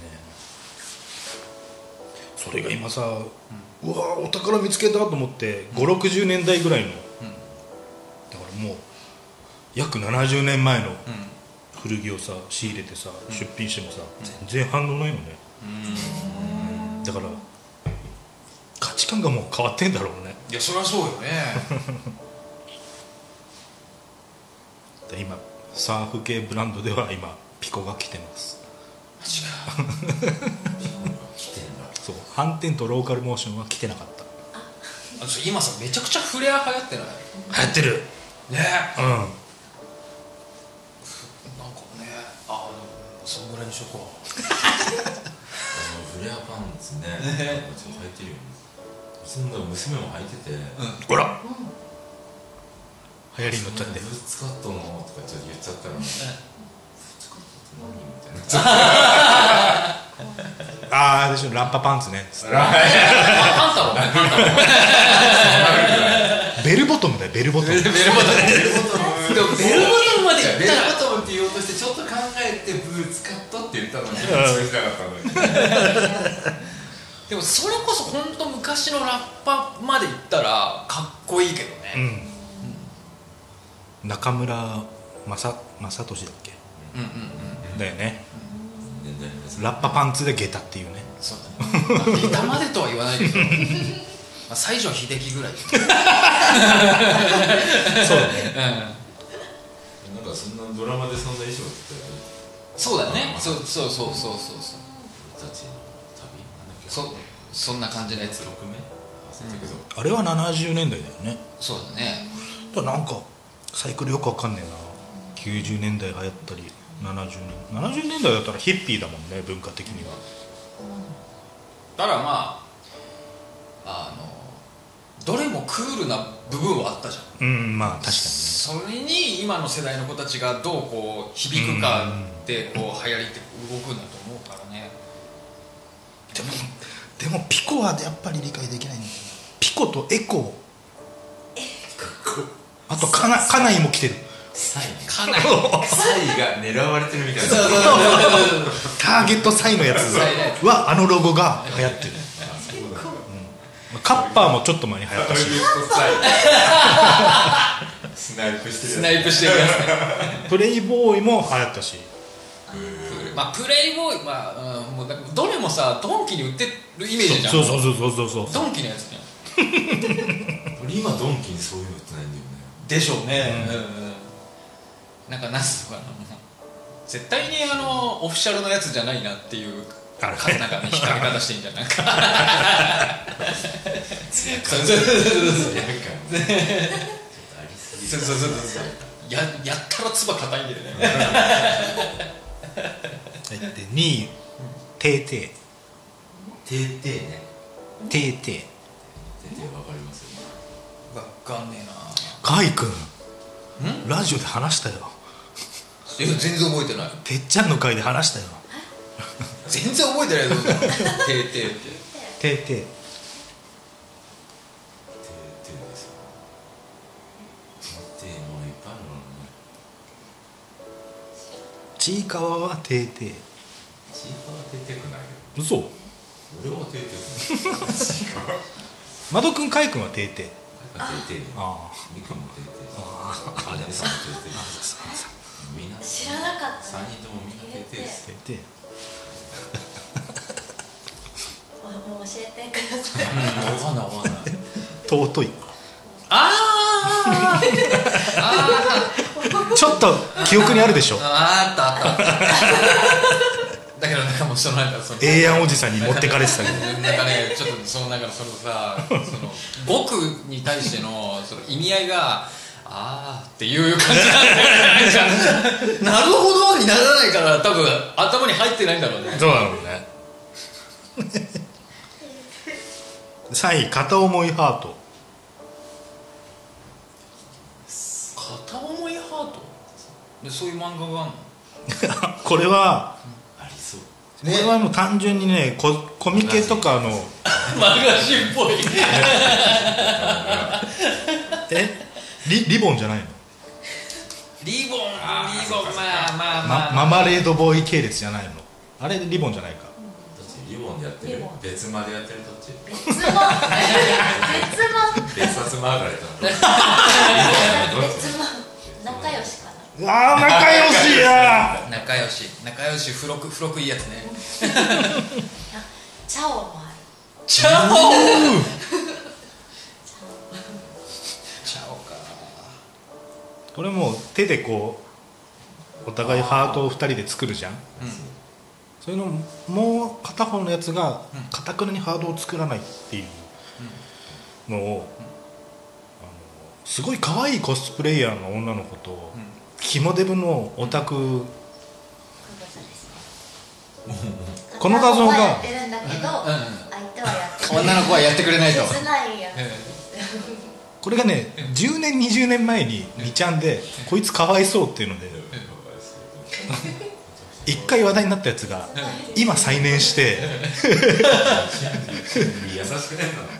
[SPEAKER 1] それが今さ、うわーお宝見つけたと思って560年代ぐらいの、だからもう約70年前の古着をさ仕入れてさ、出品してもさ全然反応ないのねだから価値観がもう変わってんだろうね
[SPEAKER 2] いやそりゃそうよね (laughs)
[SPEAKER 1] で今サーフ系ブランドでは今ピコが来てます
[SPEAKER 2] マジか
[SPEAKER 7] 来てんだ
[SPEAKER 1] そう反転とローカルモーションは来てなかった
[SPEAKER 2] あそう今さめちゃくちゃフレア流行ってない
[SPEAKER 1] 流行ってるうん
[SPEAKER 2] ねなんかねああそんぐらいにしとこう
[SPEAKER 7] あのフレアパンツね
[SPEAKER 2] ね
[SPEAKER 7] なんかちょっと履いてるよねうちの娘も履いてて
[SPEAKER 1] ほら、流行りに乗っちゃって
[SPEAKER 7] ブーツカットのとかちょっと言っちゃったらブーツカットって何みたいな
[SPEAKER 1] ああでしょラッパパンツね
[SPEAKER 2] パンタロンね (laughs) パンタロン
[SPEAKER 1] ベルボトムだよベルボトム
[SPEAKER 2] ベルボトムでもベルボトムまでい
[SPEAKER 7] ベ
[SPEAKER 2] った
[SPEAKER 7] ル
[SPEAKER 2] ら
[SPEAKER 7] ボトムって言おうとしてちょっと考えてブーツカットって言ったのに通じなかったのに
[SPEAKER 2] でもそれこそ本当昔のラッパまで行ったらかっこいいけどね、
[SPEAKER 1] うん中村正正俊だっけ
[SPEAKER 2] うん、うん
[SPEAKER 1] だよね
[SPEAKER 7] 年代です
[SPEAKER 1] ラッパパンツで下駄っていうね
[SPEAKER 2] そうだね下手までとは言わないけ (laughs) どまあ西城秀樹ぐらい
[SPEAKER 1] そうだね
[SPEAKER 7] なんかそんなドラマでそんな衣装って言ったら
[SPEAKER 2] そうだねそうそうそうそうそうそう
[SPEAKER 7] 俺たちの旅なんだっけ
[SPEAKER 2] そそんな感じのやつ
[SPEAKER 7] 6名忘れたけ
[SPEAKER 1] あ
[SPEAKER 7] ど
[SPEAKER 1] れは70年代だよね
[SPEAKER 2] そうだね
[SPEAKER 1] だからなんかサイクルよくわかんねえな90年代流行ったり70年70年代だったらヒッピーだもんね文化的には
[SPEAKER 2] ただまああのどれもクールな部分はあったじゃ
[SPEAKER 1] う
[SPEAKER 2] ん
[SPEAKER 1] んまあ確かにね
[SPEAKER 2] それに今の世代の子たちがどうこう響くかでこう流行りって動くんだと思うからね
[SPEAKER 1] でもでもピコはやっぱり理解できないんだよなピコとエコーあとカナカナイも来てる
[SPEAKER 7] サイ
[SPEAKER 2] かなり (laughs)
[SPEAKER 7] サイが狙われてるみたいな
[SPEAKER 1] ターゲットサイのやつ
[SPEAKER 2] サイのや
[SPEAKER 1] はあのロゴが流行ってるカッパーもちょっと前に流行ったし
[SPEAKER 7] スナイプして
[SPEAKER 2] ス
[SPEAKER 7] る
[SPEAKER 2] ナイプしてるやつね
[SPEAKER 1] プレイボーイも流行ったし
[SPEAKER 2] まあプレイボーイまあ、うん、もうなんかどれもさドンキに売ってるイメージじゃん
[SPEAKER 1] そうそうそうそうそうそう
[SPEAKER 2] ドンキのやつじゃん
[SPEAKER 7] 俺今ドンキにそういうの売ってないんだよね
[SPEAKER 2] でしょうね、うんうんなんかなんすのかな絶対にあのオフィシャルのやつじゃないなっていう
[SPEAKER 1] ある
[SPEAKER 2] なんかね引っ掛け方してんじゃんなんかそうそう
[SPEAKER 7] いやなんか (laughs) ちょっとありすぎ
[SPEAKER 2] そうそうそうそうそうややったら唾硬いんだよね
[SPEAKER 1] えで2位「てーて
[SPEAKER 7] てーてーね
[SPEAKER 1] ー」「てーてー
[SPEAKER 7] てーてーわかりますよ
[SPEAKER 2] わかんねえな」
[SPEAKER 1] カイ君ラジオで話したよ
[SPEAKER 2] いや全然覚えてない
[SPEAKER 1] てっちゃんの回で話したよ
[SPEAKER 2] 全然覚えてないと思うてーてーっ
[SPEAKER 1] 「
[SPEAKER 2] て
[SPEAKER 1] てーてー」
[SPEAKER 7] てーてーですよ待ってもういっぱいあるの
[SPEAKER 1] 「
[SPEAKER 7] に
[SPEAKER 1] ちいかわはてーてー
[SPEAKER 7] チーパーは出てくないよ」
[SPEAKER 1] 嘘
[SPEAKER 7] 俺は出てくないチーパーは
[SPEAKER 1] まどくんかいくんはてーてー
[SPEAKER 7] 出てる
[SPEAKER 1] あ
[SPEAKER 7] ミクも出てるあでもさんも出てるみんな
[SPEAKER 8] 知らなかった
[SPEAKER 7] 三人ともみんな出てる
[SPEAKER 1] てーてー
[SPEAKER 8] あもう教えてください
[SPEAKER 2] 分かんない分かんない
[SPEAKER 1] 尊い
[SPEAKER 2] あー
[SPEAKER 1] ちょっと記憶にあるでしょ
[SPEAKER 2] あーあったあったあっただけどなんかもうそのなんかその
[SPEAKER 1] 永遠おじさんに持ってかれてたけど
[SPEAKER 2] なんかね、ちょっとその中のそのさ、その僕に対してのその意味合いが、あーっていう感じなんだよねなんか、なるほどにならないから、多分頭に入ってないんだろうね。
[SPEAKER 1] どうだろうね3位片思いハート (laughs)
[SPEAKER 2] 片思いハートでそういう漫画があんの
[SPEAKER 1] これは、
[SPEAKER 7] ありそう
[SPEAKER 1] これはもう単純にねココミケとかの
[SPEAKER 2] マガジンっぽい。
[SPEAKER 1] えリリボンじゃないの、
[SPEAKER 2] リボン、リボン、まあまあま
[SPEAKER 1] ま
[SPEAKER 2] あ。
[SPEAKER 1] ママレードボーイ系列じゃないのあれリボンじゃないか
[SPEAKER 7] どっちリボンでやってる別間でやってるどっち
[SPEAKER 8] 質問質
[SPEAKER 7] 別冊マーガレットなの
[SPEAKER 8] 問質問仲良しかな
[SPEAKER 1] あー仲良しや
[SPEAKER 2] 仲良し、仲良し、付録、付録いいやつね。
[SPEAKER 8] チャオもある
[SPEAKER 2] チャオチャオか。
[SPEAKER 1] (laughs) これもう手でこうお互いハートを2人で作るじゃん
[SPEAKER 2] うん
[SPEAKER 1] そういうのももう片方のやつがかたくなにハードを作らないっていうのを、あのすごい可愛いコスプレイヤーの女の子と、
[SPEAKER 2] ん
[SPEAKER 1] 肝デブのオタク
[SPEAKER 8] 久保田です
[SPEAKER 1] (laughs)
[SPEAKER 8] ね
[SPEAKER 1] この画像が
[SPEAKER 8] 片方はやってるんだけど
[SPEAKER 2] うんうん
[SPEAKER 8] 相手はやって
[SPEAKER 2] 女の子はやってくれないと
[SPEAKER 8] (laughs) 切ないや
[SPEAKER 2] え
[SPEAKER 1] これがね10年20年前に2ちゃんで「こいつかわいそう」っていうので1回話題になったやつが今再燃して
[SPEAKER 7] 優しくないの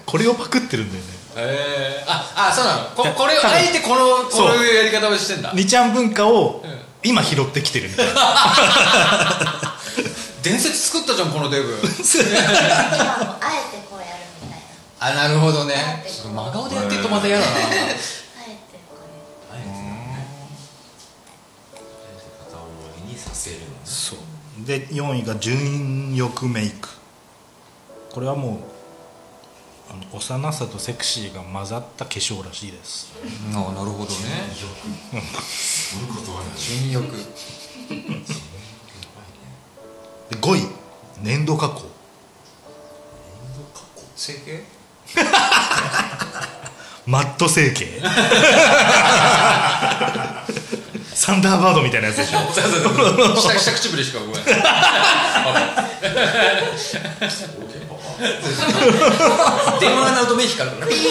[SPEAKER 1] これをパクってるんだよね
[SPEAKER 2] えああそうなのこ (laughs)
[SPEAKER 1] いや
[SPEAKER 2] これを
[SPEAKER 1] 多分
[SPEAKER 2] あえてこの
[SPEAKER 1] そう
[SPEAKER 2] こういうやり方をしてんだ
[SPEAKER 1] 2ちゃん文化を
[SPEAKER 2] うん
[SPEAKER 1] 今拾ってきてるみたいな
[SPEAKER 2] 伝説作ったじゃんこのデブ
[SPEAKER 8] 今もあえてこうやるみたいな
[SPEAKER 2] (laughs) あなるほどね
[SPEAKER 8] ちょっと
[SPEAKER 2] 真顔
[SPEAKER 8] 真顔
[SPEAKER 2] で
[SPEAKER 8] で
[SPEAKER 2] や
[SPEAKER 8] や
[SPEAKER 2] っる
[SPEAKER 8] っててる
[SPEAKER 2] と
[SPEAKER 8] と
[SPEAKER 2] ま
[SPEAKER 8] ま
[SPEAKER 2] た
[SPEAKER 8] た
[SPEAKER 2] 嫌だ
[SPEAKER 8] 嫌
[SPEAKER 2] (laughs)
[SPEAKER 8] だ
[SPEAKER 2] な
[SPEAKER 8] なあえてこう
[SPEAKER 7] あえてねあえて片思いにさせるのね
[SPEAKER 1] そうで4位が「純欲メイク」これはもうあの幼さとセクシーが混ざった化粧らしいです
[SPEAKER 2] あなるほどね
[SPEAKER 7] そういうことはない
[SPEAKER 2] 純欲
[SPEAKER 1] で5位粘土加工
[SPEAKER 2] (laughs) 整形
[SPEAKER 1] マット整形 (laughs) サンダーバードみたいなやつでしょ
[SPEAKER 2] そうそうそう下下唇しか動かない
[SPEAKER 7] オーケーパパ
[SPEAKER 2] (laughs) 電話が鳴ると目光るからピーピーピ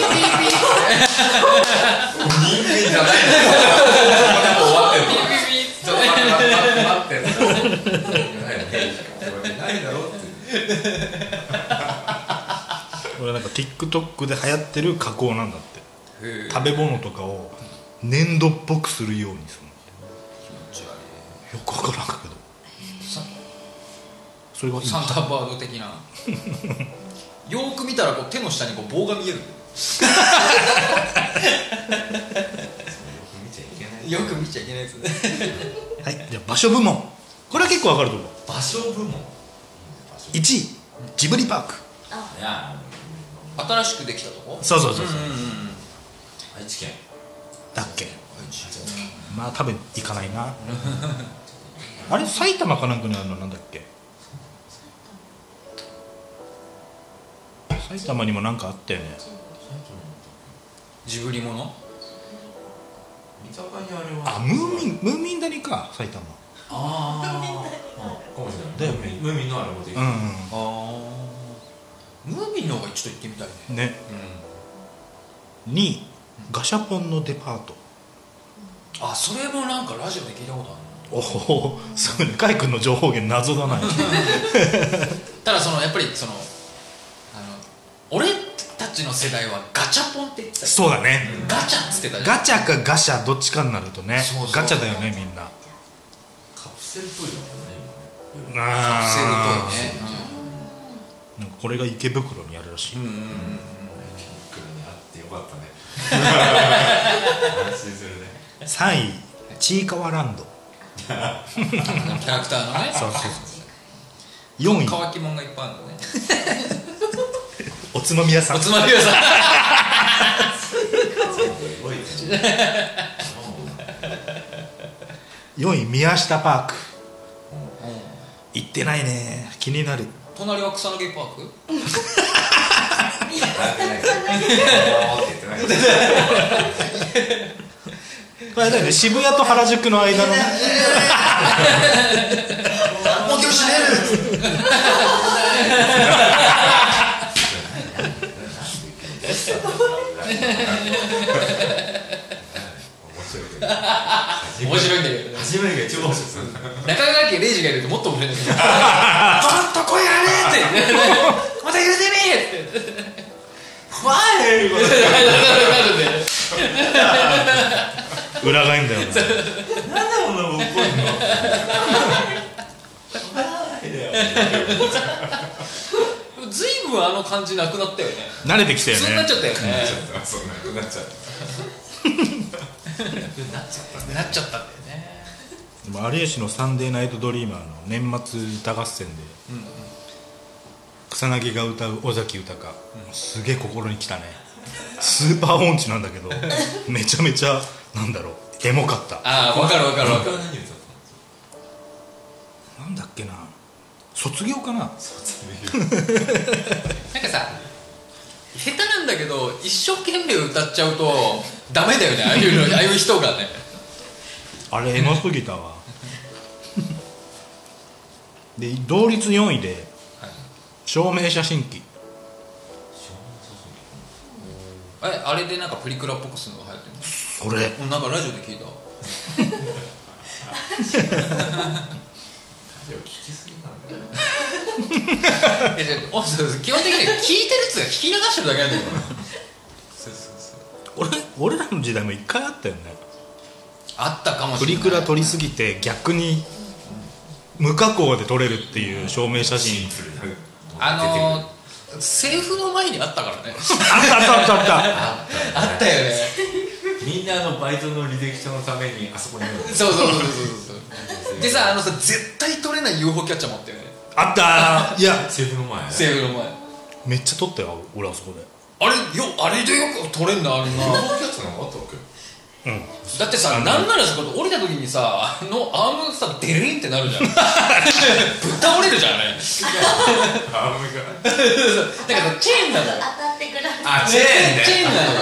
[SPEAKER 7] 人間じゃないの終わってる
[SPEAKER 2] ーピーピーピー
[SPEAKER 7] 待ってんだないだろって
[SPEAKER 1] これなんか TikTok で流行ってる加工なんだって
[SPEAKER 2] へえ
[SPEAKER 1] 食べ物とかを粘土っぽくするようにするのよくわからんけど
[SPEAKER 2] さ
[SPEAKER 1] それがいい
[SPEAKER 2] サンダーバード的なよーく見たらこう手の下にこう棒が見える
[SPEAKER 7] 見ちゃいけない
[SPEAKER 2] よく見ちゃいけないですね
[SPEAKER 1] はいじゃあ場所部門これは結構わかると思う
[SPEAKER 7] 場所部門場所
[SPEAKER 1] 1位ジブリパーク
[SPEAKER 7] いや
[SPEAKER 2] 新しくできたとこ
[SPEAKER 1] そうそうそうそう、
[SPEAKER 2] うんうんうん
[SPEAKER 7] 愛知県
[SPEAKER 1] だっけまあ多分行かないな (laughs) あれ埼玉かなんかにあるのなんだっけ埼玉にもなんかあったよね
[SPEAKER 2] ジブリもの
[SPEAKER 7] 三鷹にあれは
[SPEAKER 1] あムーミンムーミン谷か埼玉
[SPEAKER 7] かもし
[SPEAKER 1] だ
[SPEAKER 7] れ
[SPEAKER 1] よ
[SPEAKER 7] ない
[SPEAKER 1] ね
[SPEAKER 7] ムーミンのあれもで
[SPEAKER 1] う
[SPEAKER 7] きる
[SPEAKER 1] ん
[SPEAKER 2] あームービーの方がちょっと行ってみたいね
[SPEAKER 1] うんねにガシャポンのデパート
[SPEAKER 2] あそれもなんかラジオで聞いたことある
[SPEAKER 1] おおすごいね海君の情報源謎 (laughs) だな
[SPEAKER 2] なただそのやっぱりそのあの俺たちの世代はガチャポンって言ってたよ
[SPEAKER 1] そうだね
[SPEAKER 2] ガチャっつってたじゃ
[SPEAKER 1] ガ
[SPEAKER 2] ん
[SPEAKER 1] チャかガシャどっちかになるとね
[SPEAKER 2] そうそう
[SPEAKER 1] ガチャだよねみんな
[SPEAKER 7] カプセルトイレもね今ね
[SPEAKER 2] セル
[SPEAKER 1] あ
[SPEAKER 2] トイね
[SPEAKER 1] ーなんかこれが池袋にあるらしい、
[SPEAKER 7] 結構ねあってよかったね安心するね
[SPEAKER 1] 3位ちいかわランド
[SPEAKER 2] うんキャラクターのね
[SPEAKER 1] そうそうそう4位
[SPEAKER 2] 乾き物がいっぱいあるのね
[SPEAKER 1] おつまみ屋さん
[SPEAKER 2] おつまみ屋さん
[SPEAKER 7] 覚えてる
[SPEAKER 1] 4位宮下パーク、行ってないね気になる
[SPEAKER 2] 隣は草薙パーク
[SPEAKER 1] これだよね渋谷と原宿の間のね
[SPEAKER 2] もう今日閉める面白いんだけどね
[SPEAKER 7] 初めてが一番面白いです
[SPEAKER 2] 中川家レイジがいるともっと面白いんだけどちょっと声やれってまた言うてねえって怖いみたいな (laughs) るんだよね
[SPEAKER 1] 裏がいいんだよね
[SPEAKER 2] ずいぶんあの感じなくなったよね
[SPEAKER 1] 慣れてきたよ
[SPEAKER 2] 普通になっ
[SPEAKER 1] ね
[SPEAKER 2] ちゃったよね
[SPEAKER 7] そうなくなっちゃった
[SPEAKER 2] なっちゃったなっちゃったんだよね
[SPEAKER 1] でも有吉の「サンデーナイトドリーマー」の年末歌合戦で、草薙が歌う尾崎豊、すげえ心にきたねスーパー音痴なんだけどめちゃめちゃなんだろうエモかった
[SPEAKER 2] ああ分かる分かる分か
[SPEAKER 7] 他
[SPEAKER 2] る
[SPEAKER 7] 何歌ったの
[SPEAKER 1] なんだっけな卒業かな
[SPEAKER 2] なんかさ下手なんだけど一生懸命歌っちゃうとダメだよねああいう (laughs) のああいう人がね
[SPEAKER 1] あれエモすぎたわで同率4位で証明写真機
[SPEAKER 2] あれあれでなんかプリクラっぽくするのが流行ってる
[SPEAKER 1] それ
[SPEAKER 2] のなんかラジオで聞いた
[SPEAKER 7] いや聞きすぎなんだよ
[SPEAKER 2] えじゃ (laughs) あおそうそう基本的には聞いてるっつうか聞き流してるだけなんだよ
[SPEAKER 7] そうそうそう
[SPEAKER 1] 俺俺らの時代も一回あったよね
[SPEAKER 2] あったかもし
[SPEAKER 1] プ
[SPEAKER 2] れ
[SPEAKER 1] リ
[SPEAKER 2] ない
[SPEAKER 1] クラ撮りすぎて逆に無加工で撮れるっていう証明写真
[SPEAKER 2] あのー、制服の前にあったからね
[SPEAKER 1] あったあったあったあっ
[SPEAKER 2] (laughs) あったよね
[SPEAKER 7] みんなあのバイトの履歴書のためにあそこに
[SPEAKER 2] (laughs) そうそうそうそうそうそうでさあのさ絶対撮れない UFO キャッチャーもあったよね
[SPEAKER 1] たあったいや
[SPEAKER 7] セーフの前
[SPEAKER 2] 制服の前
[SPEAKER 1] めっちゃ撮ったよ俺あそこで
[SPEAKER 2] あれよあれでよく撮れんなあんな
[SPEAKER 7] 東京ってなんかあったっけ
[SPEAKER 1] うん
[SPEAKER 2] だってさ、なんならさ、こう降りた時にさ、あのアームさ、デリンってなるじゃん。
[SPEAKER 1] (laughs)
[SPEAKER 2] ぶっ倒れるじゃん、あれ。なんかさ、
[SPEAKER 7] アームが
[SPEAKER 2] チェーンなのよ。
[SPEAKER 8] 当たってくる
[SPEAKER 2] あ、
[SPEAKER 7] チェーンね
[SPEAKER 2] チェーンなのよ。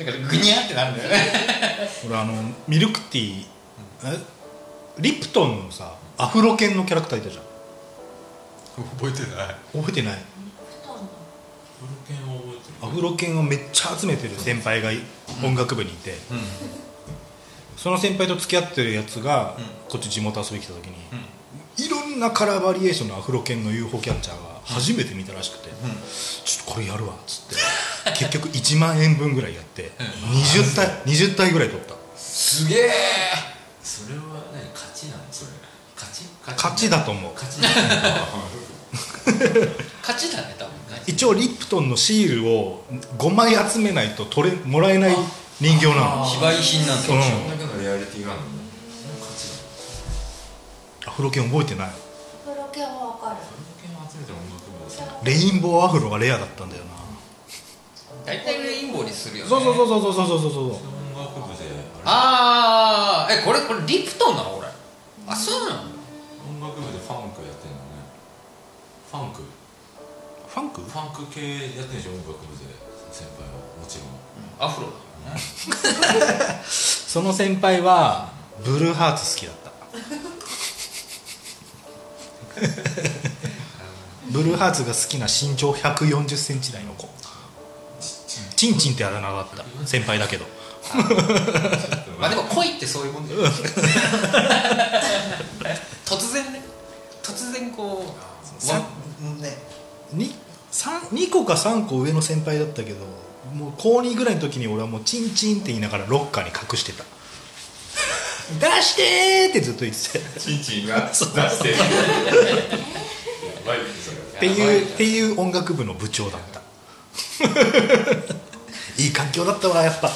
[SPEAKER 2] だから、グニャってなるんだよね。
[SPEAKER 1] 俺あのミルクティーえリプトンのさアフロ犬のキャラクターいたじゃん
[SPEAKER 2] 覚えてない。
[SPEAKER 1] 覚えてない
[SPEAKER 7] ブルケンを覚えてる
[SPEAKER 1] アフロ犬をめっちゃ集めてる先輩がい音楽部にいて、その先輩と付き合ってるやつが、こっち地元遊び来た時に、いろんなカラーバリエーションのアフロ犬の UFO キャッチャーが初めて見たらしくて、ちょっとこれやるわっつって結局1万円分ぐらいやって、20体20体ぐらい取った
[SPEAKER 2] すげえ。
[SPEAKER 7] それは何勝ちなのそれ勝ち
[SPEAKER 1] 勝ちだと思う
[SPEAKER 7] 勝ちなの
[SPEAKER 2] 勝ちだね、多分ね。
[SPEAKER 1] 一応リプトンのシールを5枚集めないと取れもらえない人形なの
[SPEAKER 2] 非売品なんだ
[SPEAKER 1] うん
[SPEAKER 2] よ。
[SPEAKER 7] そんだけのリアリティがあるのね勝ちだ
[SPEAKER 1] アフロ犬覚えてない
[SPEAKER 8] プロケはわかる
[SPEAKER 7] ブルケンを集めて音楽部です
[SPEAKER 1] レインボーアフロがレアだったんだよな
[SPEAKER 2] 大体レインボーにするよね。
[SPEAKER 1] そうそうそうそうそうそうそうそう
[SPEAKER 7] 音楽部であれ
[SPEAKER 2] あー、え、これ、これ、リプトンなのこれ。あ、そうなの
[SPEAKER 7] 音楽部でファンクやってんのねファンク
[SPEAKER 1] ファンク
[SPEAKER 7] ファンク系やってんでしょ音楽部で先輩はもちろん
[SPEAKER 2] アフロ
[SPEAKER 1] その先輩はブルーハーツ好きだ (laughs) ったブルーハーツが好きな身長1 4 0ンチ台の子チンチンってあだ名があった先輩だけど
[SPEAKER 2] まあでも恋ってそういうもんだよ (laughs) ね突然ね突然こう
[SPEAKER 1] さ
[SPEAKER 2] わね
[SPEAKER 1] 2, 2個か3個上の先輩だったけどもう高2ぐらいの時に俺はもうチンチンって言いながらロッカーに隠 (laughs) してた出してーってずっと言ってた
[SPEAKER 7] チンチンが出 (laughs) してるやばいですよ
[SPEAKER 1] っていうっていう音楽部の部長だった (laughs) いい環境だったわやっぱ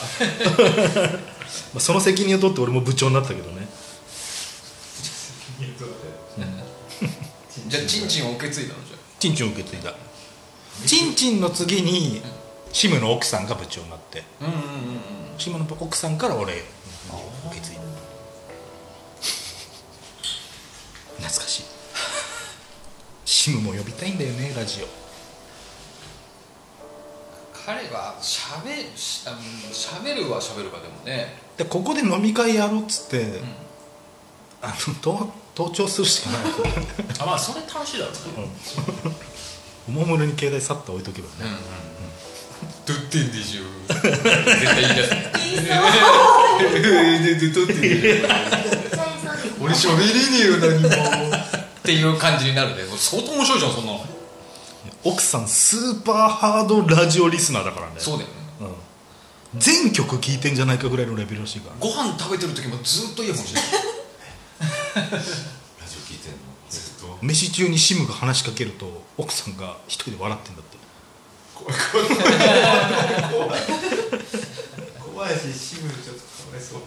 [SPEAKER 1] (laughs) まあその責任を取って俺も部長になったけどね
[SPEAKER 2] じゃあチンチンを受け継いだのじゃあ
[SPEAKER 1] チンチンを受け継いだチンチンの次にシムの奥さんが部長になって
[SPEAKER 2] うんうんうんうん
[SPEAKER 1] シムの奥さんから俺受け継いだ懐かしいシムも呼びたいんだよねラジオ
[SPEAKER 2] 彼はしゃべしあのしゃべるはしゃべるかでもね
[SPEAKER 1] でここで飲み会やろうっつって、あの盗盗聴するしかない
[SPEAKER 2] あまあそれ楽しいだろうね
[SPEAKER 1] (laughs) おもむろに携帯さっと置いとけばね、
[SPEAKER 2] どってんでしょ絶対言い出すね
[SPEAKER 8] 言いそ
[SPEAKER 2] どっ
[SPEAKER 8] う
[SPEAKER 2] てんでしょ
[SPEAKER 8] めっち
[SPEAKER 2] (laughs)
[SPEAKER 8] ゃ言いそうです
[SPEAKER 2] 俺喋れねえよ何もっていう感じになるね相当面白いじゃんそんなの
[SPEAKER 1] 奥さんスーパーハードラジオリスナーだからね
[SPEAKER 2] そうだよね
[SPEAKER 1] うん全曲聴いてんじゃないかぐらいのレベルらしいから
[SPEAKER 2] ご飯食べてる時もずっとイヤホンしてる
[SPEAKER 7] ラジオ聞いてんのずっと
[SPEAKER 1] 飯中にシムが話しかけると奥さんが一人で笑ってんだって
[SPEAKER 7] 小林シムちょっとかわいそう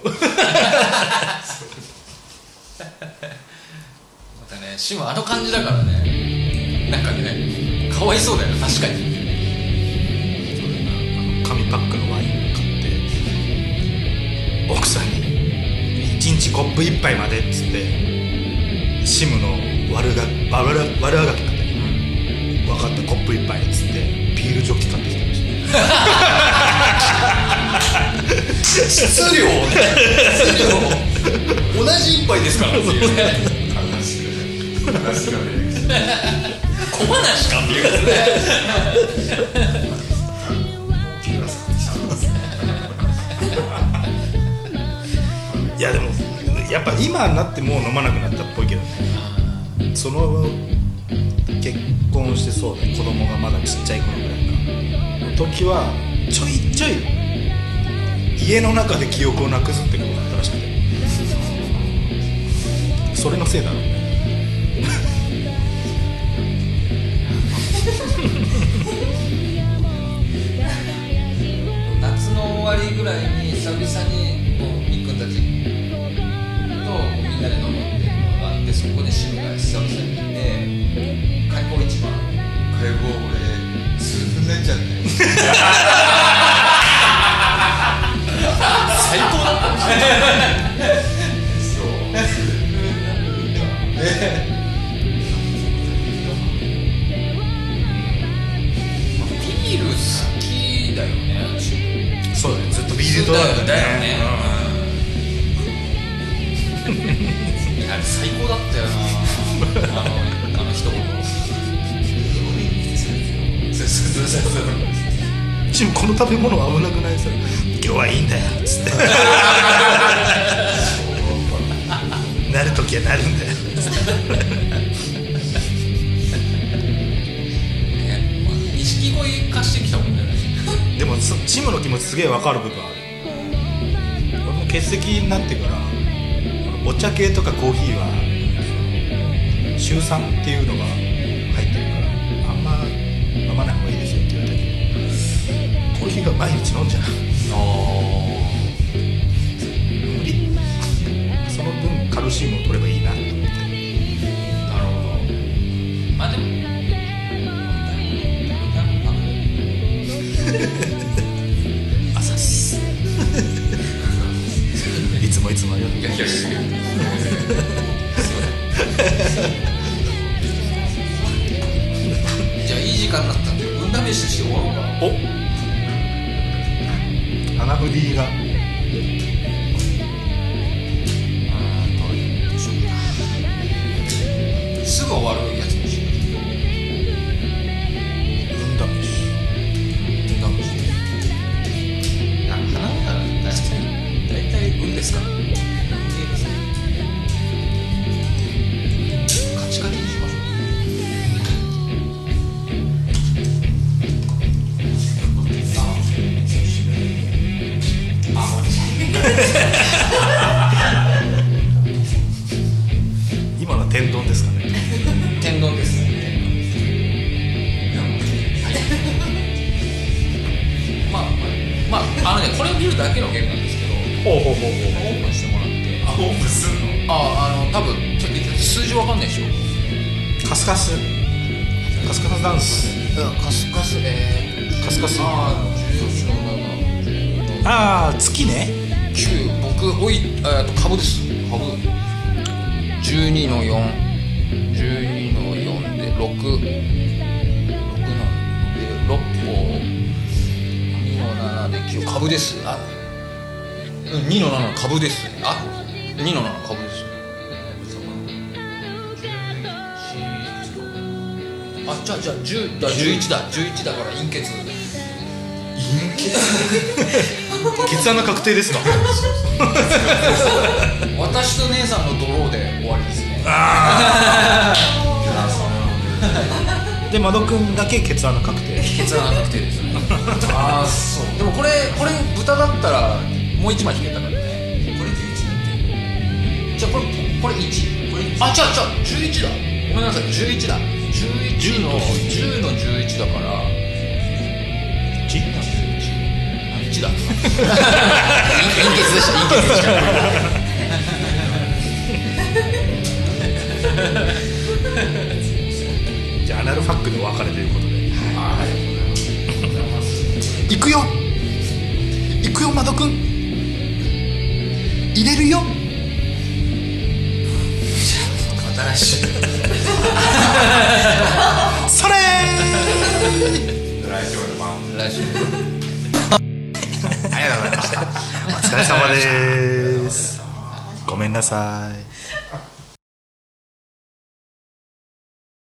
[SPEAKER 2] またねシムあの感じだからねなんかねかわいそうだよね確かに
[SPEAKER 1] 紙パックのワインを買って奥さんに「1日コップ1杯まで」っつってシムの悪が悪あ悪あがき買って「分かったコップ1杯」っつってビールジョッキ買ってきてました
[SPEAKER 2] 質量をね質量を同じ一杯ですからっていうね
[SPEAKER 7] 話がね話がね
[SPEAKER 2] 小話かっていうやつね
[SPEAKER 1] いやでもやっぱ今になってもう飲まなくなったっぽいけどねその結婚してそうね子供がまだちっちゃい頃ぐらいかの時はちょいちょい家の中で記憶をなくすってことがあったらしくてそれのせいだろうね
[SPEAKER 2] 夏の終わりぐらいに久々にこうみっくんたちとみんなで飲むっていうのがあってそこでシムが久々に来て開口一番
[SPEAKER 10] 会合俺ずぶれちゃって
[SPEAKER 2] (laughs) 最高だったんです (laughs) よビール好きだよねシム
[SPEAKER 1] そうだねずっとビール
[SPEAKER 2] だ
[SPEAKER 1] と
[SPEAKER 2] よね
[SPEAKER 1] だよ
[SPEAKER 2] ね
[SPEAKER 1] ね、
[SPEAKER 2] うん、あれ最高だったよなあのあの一言そうそうそうそう
[SPEAKER 1] チームこの食べ物は危なくないさ今日はいいんだよっつ (laughs) ってなる時はなるんだよ
[SPEAKER 2] ね錦鯉化してきたもんね
[SPEAKER 1] でもそチームの気持ちすげえわかる部分ある俺も欠席になってからお茶系とかコーヒーは週3っていうのが入ってるからあんま飲まない方がいいですよって言われたけどコーヒーが毎日飲んじゃう無理その分カルシウムを取ればいいなと思って
[SPEAKER 2] なるほどまあでも
[SPEAKER 1] 朝っす (laughs) いつもいつもありがとう
[SPEAKER 2] いやいやいやいやすいませんが悪いやつにしない
[SPEAKER 1] 運試し
[SPEAKER 2] なんか花だ大体大体運ですから運ゲーですねカチカチにしましょ
[SPEAKER 1] 今のは天丼ですかね
[SPEAKER 2] う天丼ですまあまああのねこれを見るだけのゲームなんですけど
[SPEAKER 1] ほうほうほう
[SPEAKER 2] オープンしてもらって
[SPEAKER 7] あオープンすんの
[SPEAKER 2] ああの多分ちょっと数字わかんないでしょ
[SPEAKER 1] カスカスカスカスダンス
[SPEAKER 2] うんカスカスえ
[SPEAKER 1] カスカス
[SPEAKER 2] あ
[SPEAKER 1] あ
[SPEAKER 2] あ14 17
[SPEAKER 1] あ月ね
[SPEAKER 2] 九僕おいえっと株です株十二の四十二の四で六六なんで六個二の七で九株ですあうん二の七株ですあ二の七株ですあじゃあじゃあ十だ十一だ十一だから陰血
[SPEAKER 1] 決断の確定ですか
[SPEAKER 2] 私と姉さんのドローで終わりですね
[SPEAKER 1] (laughs) で窓くんだけ決断の確定
[SPEAKER 2] 決断が確定ですねああそうでもこれこれ豚だったらもう1枚引けたからねこれ11だってじゃあこれこれ1これあ違う違う11だごめんなさい11だ11の10の11だから1なんです1だ (laughs) 陰血でした陰血でした
[SPEAKER 1] じゃあアナルファックでお別れということで
[SPEAKER 3] 行くよ行くよ窓くん入れるよ
[SPEAKER 2] 新しい
[SPEAKER 3] それー
[SPEAKER 7] 来週まで晩
[SPEAKER 2] 来週
[SPEAKER 1] ありがとうございました。お疲れ様です。ごめんなさい。